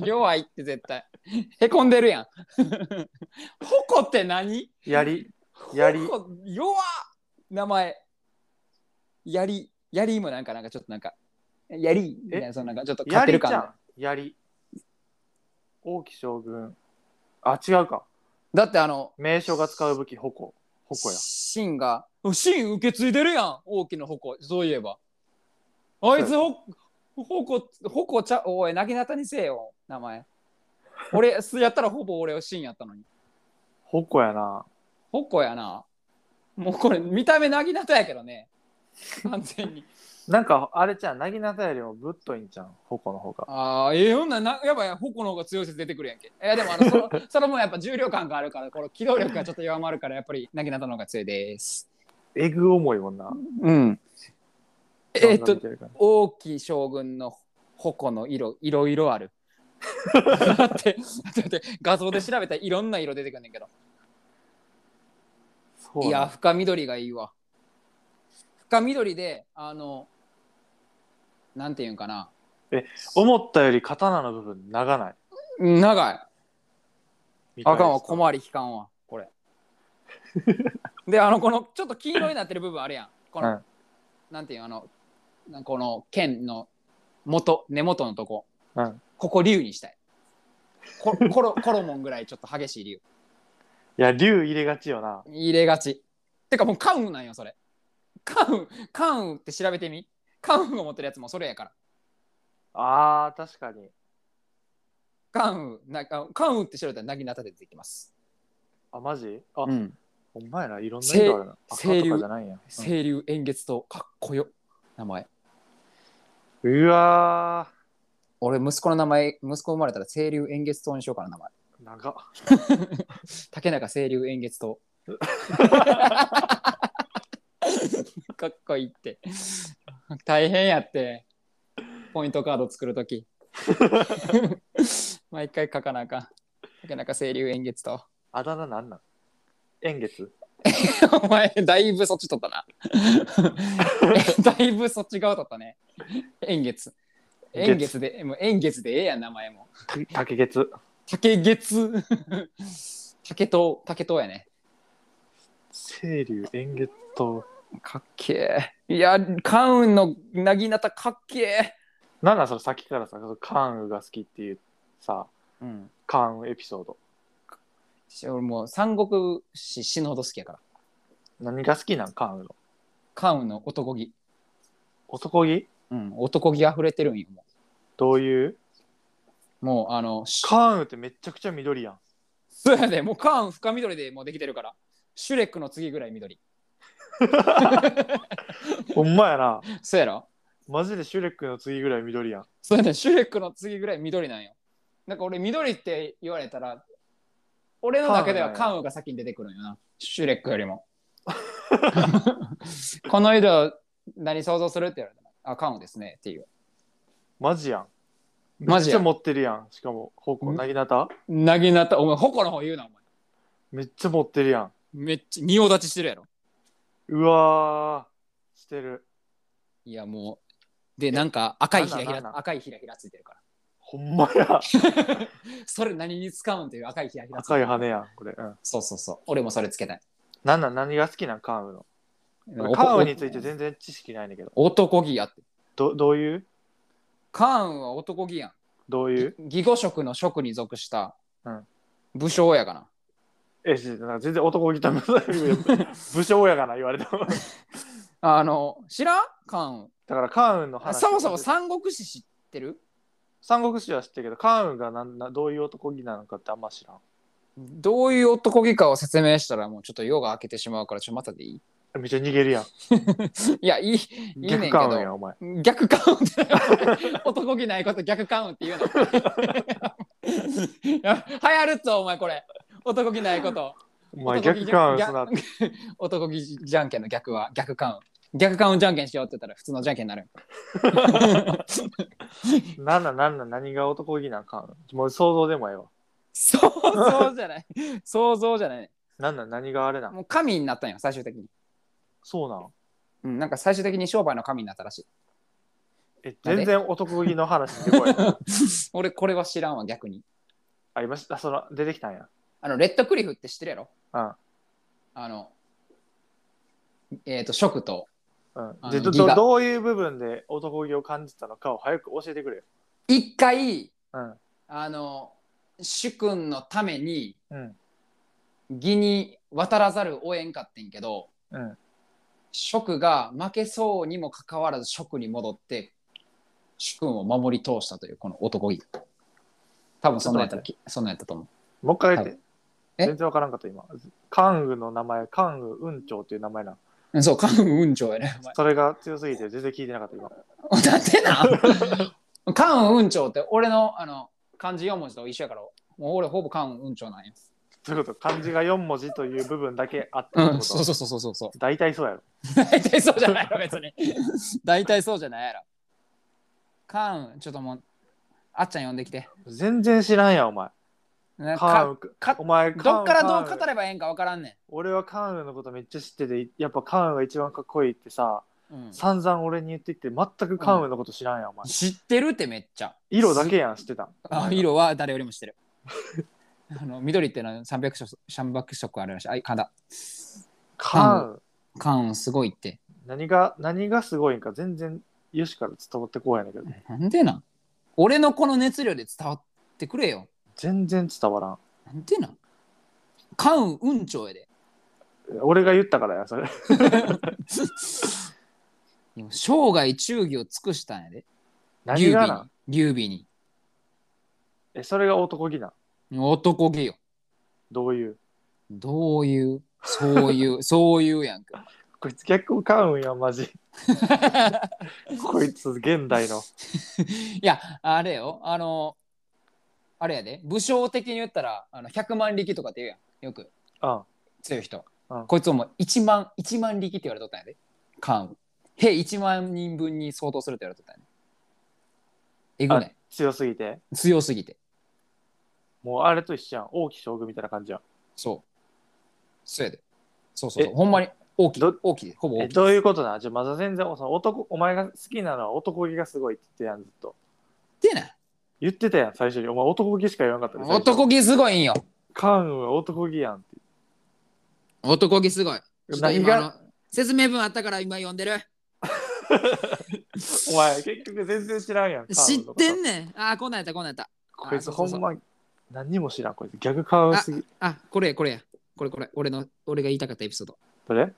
[SPEAKER 4] 弱いって絶対。へこんでるやん。 矛って何
[SPEAKER 2] 槍。槍
[SPEAKER 4] 矛弱っ名前。槍、槍もなんかなんかちょっとなんか、槍みたいな、そのなんかちょっと 勝って
[SPEAKER 2] 槍
[SPEAKER 4] る
[SPEAKER 2] じゃ
[SPEAKER 4] 感
[SPEAKER 2] ん。。槍。王騎将軍。あ、違うか。
[SPEAKER 4] だってあの、
[SPEAKER 2] 名将が使う武器、矛。矛や。
[SPEAKER 4] シンが、シン受け継いでるやん、大きな矛、そういえば。あいつ、ほ、矛、矛ちゃ、おい、なぎなたにせえよ、名前。 俺、すやったらほぼ俺はシンやったのに。
[SPEAKER 2] 矛やな。
[SPEAKER 4] 矛やな。もうこれ、見た目なぎなたやけどね。完全 に。
[SPEAKER 2] なんかあれじゃん、なぎなたよりもぶっといんじゃん、矛の方が。
[SPEAKER 4] ああ、ええほんならな、やばい、矛の方が強い説出てくるやんけ。いや、でも、あの、そ の、そのもやっぱ重量感があるから、この機動力がちょっと弱まるから、やっぱりなぎなたの方が強いです。
[SPEAKER 2] えぐ重いもんな。
[SPEAKER 4] うん。えーっ
[SPEAKER 2] どんどん
[SPEAKER 4] と
[SPEAKER 2] 見、てるから
[SPEAKER 4] 王毅将軍の矛の色いろいろあるだってだって画像で調べたらいろんな色出てくんねんけど
[SPEAKER 2] そう
[SPEAKER 4] い
[SPEAKER 2] い
[SPEAKER 4] や
[SPEAKER 2] や、
[SPEAKER 4] 深緑がいいわ深緑であのなんていうんかな
[SPEAKER 2] 思ったより刀の部分長ない。
[SPEAKER 4] うん長い
[SPEAKER 2] 見たい
[SPEAKER 4] あかん
[SPEAKER 2] で
[SPEAKER 4] わ
[SPEAKER 2] す
[SPEAKER 4] 小回り引かんわこ れであのこのちょっと黄色になってる部分あるやんこの、
[SPEAKER 2] うん
[SPEAKER 4] なんていうんあのなんこの剣の元根元のとこ、
[SPEAKER 2] うん
[SPEAKER 4] ここ竜にしたいこ コロコロモンぐらいちょっと激しい竜
[SPEAKER 2] いや、竜入れがちよな。
[SPEAKER 4] 入れがち。てかもうカウンなんよそれ。関羽関羽って調べてみ関羽が持ってるやつもそれやから
[SPEAKER 2] あー、確かに。
[SPEAKER 4] 関羽なあ関羽って調べたらなぎなたで出てきます、
[SPEAKER 2] あ、マジあ、
[SPEAKER 4] うん、
[SPEAKER 2] ほんまやな、いろんな色あるな。
[SPEAKER 4] せ
[SPEAKER 2] 赤とかじゃないんや。
[SPEAKER 4] 清流円月とかっこよ名前
[SPEAKER 2] うんうわ
[SPEAKER 4] 俺息子の名前息子生まれたら清流円月島にしようかな名前
[SPEAKER 2] ー、長っ。
[SPEAKER 4] 竹中清流円月島かっこいいって大変やってポイントカード作るとき 毎回書かなあかん竹中清流円月島
[SPEAKER 2] あだ名なんなん円月
[SPEAKER 4] お前だいぶそっち取ったな だいぶそっち側取ったね円月円月でもう円月でええやん名前も
[SPEAKER 2] 竹月。
[SPEAKER 4] 竹月竹刀竹刀やね
[SPEAKER 2] 清流円月と。
[SPEAKER 4] かっけえいや関雲のなぎなたかっけえ、
[SPEAKER 2] なんなんそのさっきからさ、関羽が好きっていうさ、
[SPEAKER 4] うん、
[SPEAKER 2] 関羽エピソード。
[SPEAKER 4] し俺もう三国志死ぬほど好きやから
[SPEAKER 2] 何が好きなん関羽の。
[SPEAKER 4] 関雲の男気、
[SPEAKER 2] 男気
[SPEAKER 4] うん、男気溢れてるんよも
[SPEAKER 2] どういう
[SPEAKER 4] うもうあのし
[SPEAKER 2] 関羽ってめちゃくちゃ緑やん。
[SPEAKER 4] そうやでもう関雲深緑でもうできてるからシュレックの次ぐらい緑
[SPEAKER 2] ほんまやな。
[SPEAKER 4] そうやろ
[SPEAKER 2] マジでシュレックの次ぐらい緑やん。
[SPEAKER 4] そうやねシュレックの次ぐらい緑なんよ。なんか俺緑って言われたら、俺の中では
[SPEAKER 2] カ
[SPEAKER 4] カンウが先に出てくるんよな。シュレックよりも。 この色何想像するって言われたら、あ、カンウですねっていう。
[SPEAKER 2] マジやん。
[SPEAKER 4] マジ
[SPEAKER 2] めっち
[SPEAKER 4] や
[SPEAKER 2] ゃ持ってるやん。しかも、方向、
[SPEAKER 4] ん
[SPEAKER 2] なぎなた
[SPEAKER 4] なぎなた、お前、矛の方言うな、お前。
[SPEAKER 2] めっちゃ持ってるやん。
[SPEAKER 4] めっちゃ、仁王立ちしてるやろ。
[SPEAKER 2] うわー、してる。
[SPEAKER 4] いや、もう。で、なんか赤いひらひ
[SPEAKER 2] なんなんなん
[SPEAKER 4] ら、赤いひらひらついてるから。
[SPEAKER 2] ほんまや。
[SPEAKER 4] それ何に使うんっていう赤いひらひらついて
[SPEAKER 2] 赤
[SPEAKER 4] る。
[SPEAKER 2] い羽やん、これ。うん。
[SPEAKER 4] そうそうそう。俺もそれつけたい。
[SPEAKER 2] なんなん、何が好きなん関羽の。関羽について全然知識ないねんだけど。
[SPEAKER 4] 男気やって。
[SPEAKER 2] どどういう
[SPEAKER 4] カンウは男気やん。
[SPEAKER 2] どういう
[SPEAKER 4] ぎ義語職の職に属した
[SPEAKER 2] うん
[SPEAKER 4] 武将やかな。
[SPEAKER 2] え、しなんか全然男気ため 武将やかな、言われた。だ
[SPEAKER 4] あの知らん関
[SPEAKER 2] から関羽の話。
[SPEAKER 4] 羽そもそも三国志知ってる
[SPEAKER 2] 三国志は知ってるけど、関羽がなんなどういう男気なのかってあんま知らん。
[SPEAKER 4] どういう男気かを説明したらもうちょっと夜が明けてしまうからちょっとまたでいい
[SPEAKER 2] えめっちゃ逃げるやん。
[SPEAKER 4] いやいいいいねんけ
[SPEAKER 2] 逆関
[SPEAKER 4] ど
[SPEAKER 2] 羽やん、お前。
[SPEAKER 4] 逆関羽って 男気ないこと 逆関羽って言うのいや流行るぞお前これ男気ないこと
[SPEAKER 2] お前逆関羽すな。
[SPEAKER 4] 男気じゃんけんの逆は逆関羽逆関羽じゃんけんしようって言ったら普通のじゃんけんになる
[SPEAKER 2] なんなんなんなん何が男気なんかもう想像でもええわ。
[SPEAKER 4] 想像じゃない想像じゃない
[SPEAKER 2] なんなん何があれなん
[SPEAKER 4] もう神になったんよ最終的に、
[SPEAKER 2] そうなん
[SPEAKER 4] うん、なんか最終的に商売の神になったらしい
[SPEAKER 2] え、
[SPEAKER 4] なんで
[SPEAKER 2] 全然男気の話でこい。
[SPEAKER 4] 俺これは知らんわ逆に
[SPEAKER 2] あ、今し、あその、出てきたんや。
[SPEAKER 4] あのレッドクリフって知ってるやろ
[SPEAKER 2] うん。
[SPEAKER 4] あのえっ、ー、と食と
[SPEAKER 2] う
[SPEAKER 4] あ
[SPEAKER 2] ん、
[SPEAKER 4] の
[SPEAKER 2] でど
[SPEAKER 4] ギ
[SPEAKER 2] ど
[SPEAKER 4] ガ
[SPEAKER 2] どういう部分で男気を感じたのかを早く教えてくれよ。
[SPEAKER 4] 一回
[SPEAKER 2] うん。
[SPEAKER 4] あの主君のために
[SPEAKER 2] うん。
[SPEAKER 4] 義に渡らざるを得んかってんけど
[SPEAKER 2] うん。
[SPEAKER 4] 食が負けそうにもかかわらず食に戻って主君を守り通したというこの男気多分そんなんやったらきそんなんやったと思う
[SPEAKER 2] もう一回言って。
[SPEAKER 4] え
[SPEAKER 2] 全然わからんかった今。関羽の名前、関羽雲長っていう名前な。
[SPEAKER 4] うんそう、関羽雲長やね。
[SPEAKER 2] それが強すぎて全然聞いてなかった今。
[SPEAKER 4] お前なんでな 関羽雲長って俺のあの漢字4文字と一緒やから、もう俺ほぼ関羽雲長なんや。
[SPEAKER 2] ということ、漢字が4文字という部分だけあったって
[SPEAKER 4] う
[SPEAKER 2] こ
[SPEAKER 4] ん、
[SPEAKER 2] と、
[SPEAKER 4] そうそうそうそうそうそう。
[SPEAKER 2] 大体そうやろ。
[SPEAKER 4] 大体そうじゃないやろ、別に。大体そうじゃないやろ。関羽、ちょっともう、あっちゃん呼んできて。
[SPEAKER 2] 全然知らんやん、お前。
[SPEAKER 4] な
[SPEAKER 2] 関
[SPEAKER 4] か
[SPEAKER 2] 羽
[SPEAKER 4] か
[SPEAKER 2] お前、
[SPEAKER 4] どっから
[SPEAKER 2] 関
[SPEAKER 4] ど
[SPEAKER 2] 羽
[SPEAKER 4] う語ればええんか分からんね
[SPEAKER 2] 俺はカンウのことめっちゃ知っててやっぱカンウが一番かっこいいってさ
[SPEAKER 4] ん。うん
[SPEAKER 2] 散々俺に言ってきて全くカンウのこと知らんやんお前
[SPEAKER 4] 知ってるってめっちゃ。
[SPEAKER 2] 色だけやん知ってた
[SPEAKER 4] あ色は誰よりも知ってる。 あの緑ってのは300色300色あるらしい。あい、神田。
[SPEAKER 2] カンウ
[SPEAKER 4] 関羽すごいって。
[SPEAKER 2] 何が何がすごいんか全然よしから伝わってこうやねんけど
[SPEAKER 4] なんでなん俺のこの熱量で伝わってくれよ。
[SPEAKER 2] 全然伝わらん
[SPEAKER 4] なんでなん関羽雲長やで。
[SPEAKER 2] 俺が言ったからやそれ
[SPEAKER 4] でも生涯忠義を尽くしたんやで。
[SPEAKER 2] 何
[SPEAKER 4] 劉
[SPEAKER 2] が
[SPEAKER 4] 備
[SPEAKER 2] な
[SPEAKER 4] に。劉備に。
[SPEAKER 2] えそれが男気な
[SPEAKER 4] 男気よ。
[SPEAKER 2] どういう
[SPEAKER 4] どういう、そ ういう、そういうやんか。
[SPEAKER 2] こいつ逆買うんやマ ジこいつ現代の
[SPEAKER 4] いや、あれよ、あの、あれやで、武将的に言ったら、あの100万力とかって言うやん。よく、
[SPEAKER 2] あ
[SPEAKER 4] 強い人。
[SPEAKER 2] うん
[SPEAKER 4] こいつをもう1万、1万力って言われとったんやで。関羽。兵1万人分に相当するって言われとったんやで。えぐ
[SPEAKER 2] あ
[SPEAKER 4] ない。
[SPEAKER 2] 強すぎて
[SPEAKER 4] 強すぎて。
[SPEAKER 2] もうあれと一緒やん王毅将軍みたいな感じやん
[SPEAKER 4] そう。そうやで。そうそうそう
[SPEAKER 2] え
[SPEAKER 4] ほんまに大きい
[SPEAKER 2] ど。
[SPEAKER 4] 大きい。ほぼ
[SPEAKER 2] え
[SPEAKER 4] 大きい。
[SPEAKER 2] どういうことなじゃあまだ全然その男お前が好きなのは男気がすごいって言ってたやんずっと
[SPEAKER 4] ってない。
[SPEAKER 2] 言ってたやん最初にお前男気しか言わなかったで最初
[SPEAKER 4] 男気すごいんよ。
[SPEAKER 2] カンウは男気やんって
[SPEAKER 4] 男気すごい。ちょっと
[SPEAKER 2] 何
[SPEAKER 4] 今あの
[SPEAKER 2] が
[SPEAKER 4] 説明文あったから今読んでる。
[SPEAKER 2] お前結局全然知らんやんカン
[SPEAKER 4] 知
[SPEAKER 2] ウのこと
[SPEAKER 4] ってんねん。あー、こんなんやった、こんなんやった。
[SPEAKER 2] こいつ
[SPEAKER 4] あそう
[SPEAKER 2] ほ
[SPEAKER 4] そうんそ
[SPEAKER 2] ま
[SPEAKER 4] う
[SPEAKER 2] 何にも知らんこいつ逆カンウすぎ
[SPEAKER 4] あ、これやこれや。これこれ。俺の、俺が言いたかったエピソード。
[SPEAKER 2] どれ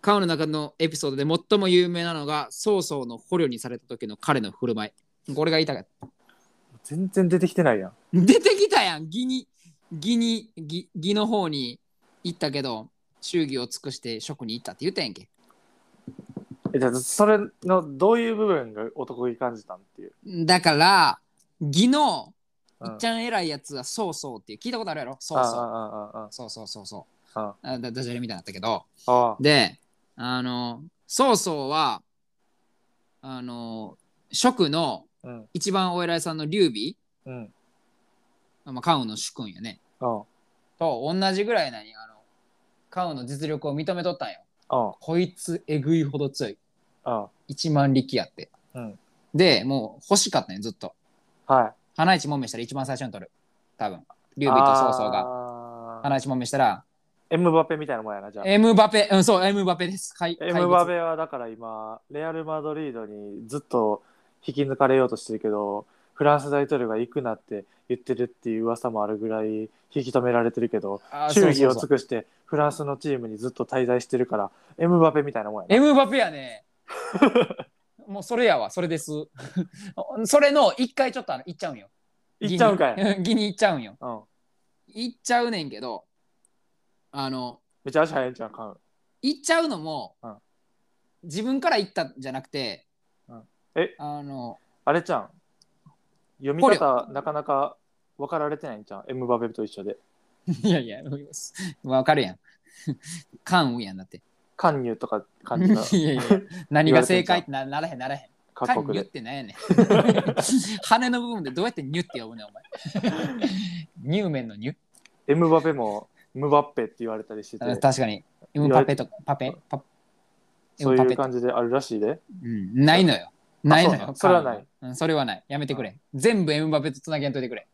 [SPEAKER 4] カオの中のエピソードで最も有名なのが、曹操の捕虜にされた時の彼の振る舞い。これが言いたかった。
[SPEAKER 2] 全然出てきてないやん
[SPEAKER 4] 出てきたやん義に義に義義の方に行ったけど忠義を尽くして職に行ったって言ったやんけ
[SPEAKER 2] えじゃあそれのどういう部分が男気感じたんっていう、
[SPEAKER 4] だから義の
[SPEAKER 2] う
[SPEAKER 4] い
[SPEAKER 2] ん
[SPEAKER 4] っちゃん偉いやつはそうそうっていう聞いたことあるやろそうそう
[SPEAKER 2] あああああ
[SPEAKER 4] そうそうそうそう
[SPEAKER 2] あ
[SPEAKER 4] あだダジャレみたいになったけど
[SPEAKER 2] ああ
[SPEAKER 4] であのそうそうはあの職の
[SPEAKER 2] うん
[SPEAKER 4] 一番お偉いさんの劉備、
[SPEAKER 2] うん
[SPEAKER 4] まあ、関羽の主君やね
[SPEAKER 2] あ
[SPEAKER 4] と同じぐらいなにあの関羽の実力を認めとったんよ
[SPEAKER 2] あ
[SPEAKER 4] こいつえぐいほど強い
[SPEAKER 2] あ
[SPEAKER 4] 1万力やって、
[SPEAKER 2] うん
[SPEAKER 4] でもう欲しかったねずっと
[SPEAKER 2] あはい
[SPEAKER 4] 花一もめしたら一番最初に取る多分劉備と曹操が
[SPEAKER 2] が
[SPEAKER 4] 花一もめしたら
[SPEAKER 2] エムバペみたいなもんやなじゃあ
[SPEAKER 4] エムバペうんそうエムバペですはい
[SPEAKER 2] エムバペはだから今レアル・マドリードにずっと引き抜かれようとしてるけどフランス大統領が行くなって言ってるっていう噂もあるぐらい引き止められてるけど忠義を尽
[SPEAKER 4] く
[SPEAKER 2] くしてフランスのチームにずっと滞在してるからエムバペみたいなもんやな
[SPEAKER 4] エムバペやねもうそれやわそれですそれの一回ちょっとあの行っちゃうんよ
[SPEAKER 2] 行っちゃうんかい、
[SPEAKER 4] 義 に義に行っちゃうんよ
[SPEAKER 2] うん、
[SPEAKER 4] 行っちゃうねんけどあの
[SPEAKER 2] めっちゃ足早いんちゃうかん
[SPEAKER 4] 行っちゃうのも、
[SPEAKER 2] うん
[SPEAKER 4] 自分から行ったんじゃなくて、
[SPEAKER 2] うんえ
[SPEAKER 4] あの
[SPEAKER 2] あれちゃん読み
[SPEAKER 4] 捕
[SPEAKER 2] 方なかなか分かられてないんちゃうエムバペと一緒で
[SPEAKER 4] いやいやわかるやん関羽やんだって
[SPEAKER 2] 関入とか感
[SPEAKER 4] い
[SPEAKER 2] じが
[SPEAKER 4] やいや何が正解ってなならへんならへん
[SPEAKER 2] 各
[SPEAKER 4] ニ
[SPEAKER 2] 国
[SPEAKER 4] ュっ
[SPEAKER 2] で
[SPEAKER 4] てなんや ねん羽の部分でどうやってニュって呼ぶねんお前 ニューメンのニュ
[SPEAKER 2] エムバペもムバッペって言われたりしてて
[SPEAKER 4] あ確かにエムパペとかパペパエ
[SPEAKER 2] そう
[SPEAKER 4] ムパ
[SPEAKER 2] い
[SPEAKER 4] ペ
[SPEAKER 2] う感じであるらしいで
[SPEAKER 4] うん、ないのよ。ないの
[SPEAKER 2] そうなの。それはない
[SPEAKER 4] よカード。うん、それはない。やめてくれ。全部エムバペとつなげんといてくれ。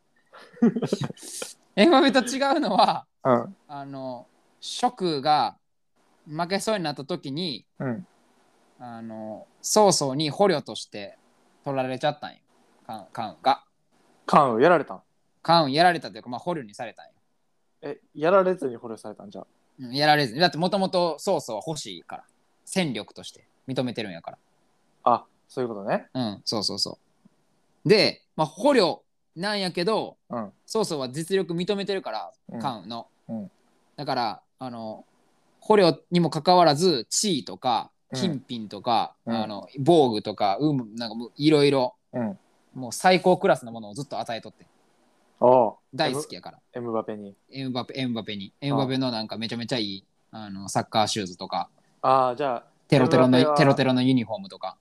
[SPEAKER 4] エムバペと違うのは、
[SPEAKER 2] うん
[SPEAKER 4] あの、ショクが負けそうになった時に、
[SPEAKER 2] うん
[SPEAKER 4] あの、曹操に捕虜として取られちゃったんよ。カンカンが。
[SPEAKER 2] 関羽やられたん
[SPEAKER 4] カンやられたというか、まあ、捕虜にされたんよ。
[SPEAKER 2] えやられずに捕虜されたんじゃん
[SPEAKER 4] うんやられずに。だってもともと曹操は欲しいから。戦力として認めてるんやから。
[SPEAKER 2] あそういうことね
[SPEAKER 4] うん、そうそうそう。で、まあ、捕虜なんやけど、
[SPEAKER 2] うん
[SPEAKER 4] 曹操は実力認めてるから、
[SPEAKER 2] うん
[SPEAKER 4] 関羽の。
[SPEAKER 2] うん
[SPEAKER 4] だから、あの、捕虜にもかかわらず、地位とか、
[SPEAKER 2] うん
[SPEAKER 4] 金品とか、
[SPEAKER 2] うん
[SPEAKER 4] あの防具とか、うん、なんかもういろいろ、
[SPEAKER 2] うん
[SPEAKER 4] もう最高クラスのものをずっと与えとって、
[SPEAKER 2] おう
[SPEAKER 4] 大好きやから、
[SPEAKER 2] エムバペに
[SPEAKER 4] エムバペ、エムバペに。エムバペのなんかめちゃめちゃいい、あの、サッカーシューズとか、
[SPEAKER 2] ああじゃあ
[SPEAKER 4] テロテロ
[SPEAKER 2] エムバペ
[SPEAKER 4] の、
[SPEAKER 2] は
[SPEAKER 4] テロテロのユニフォームとか、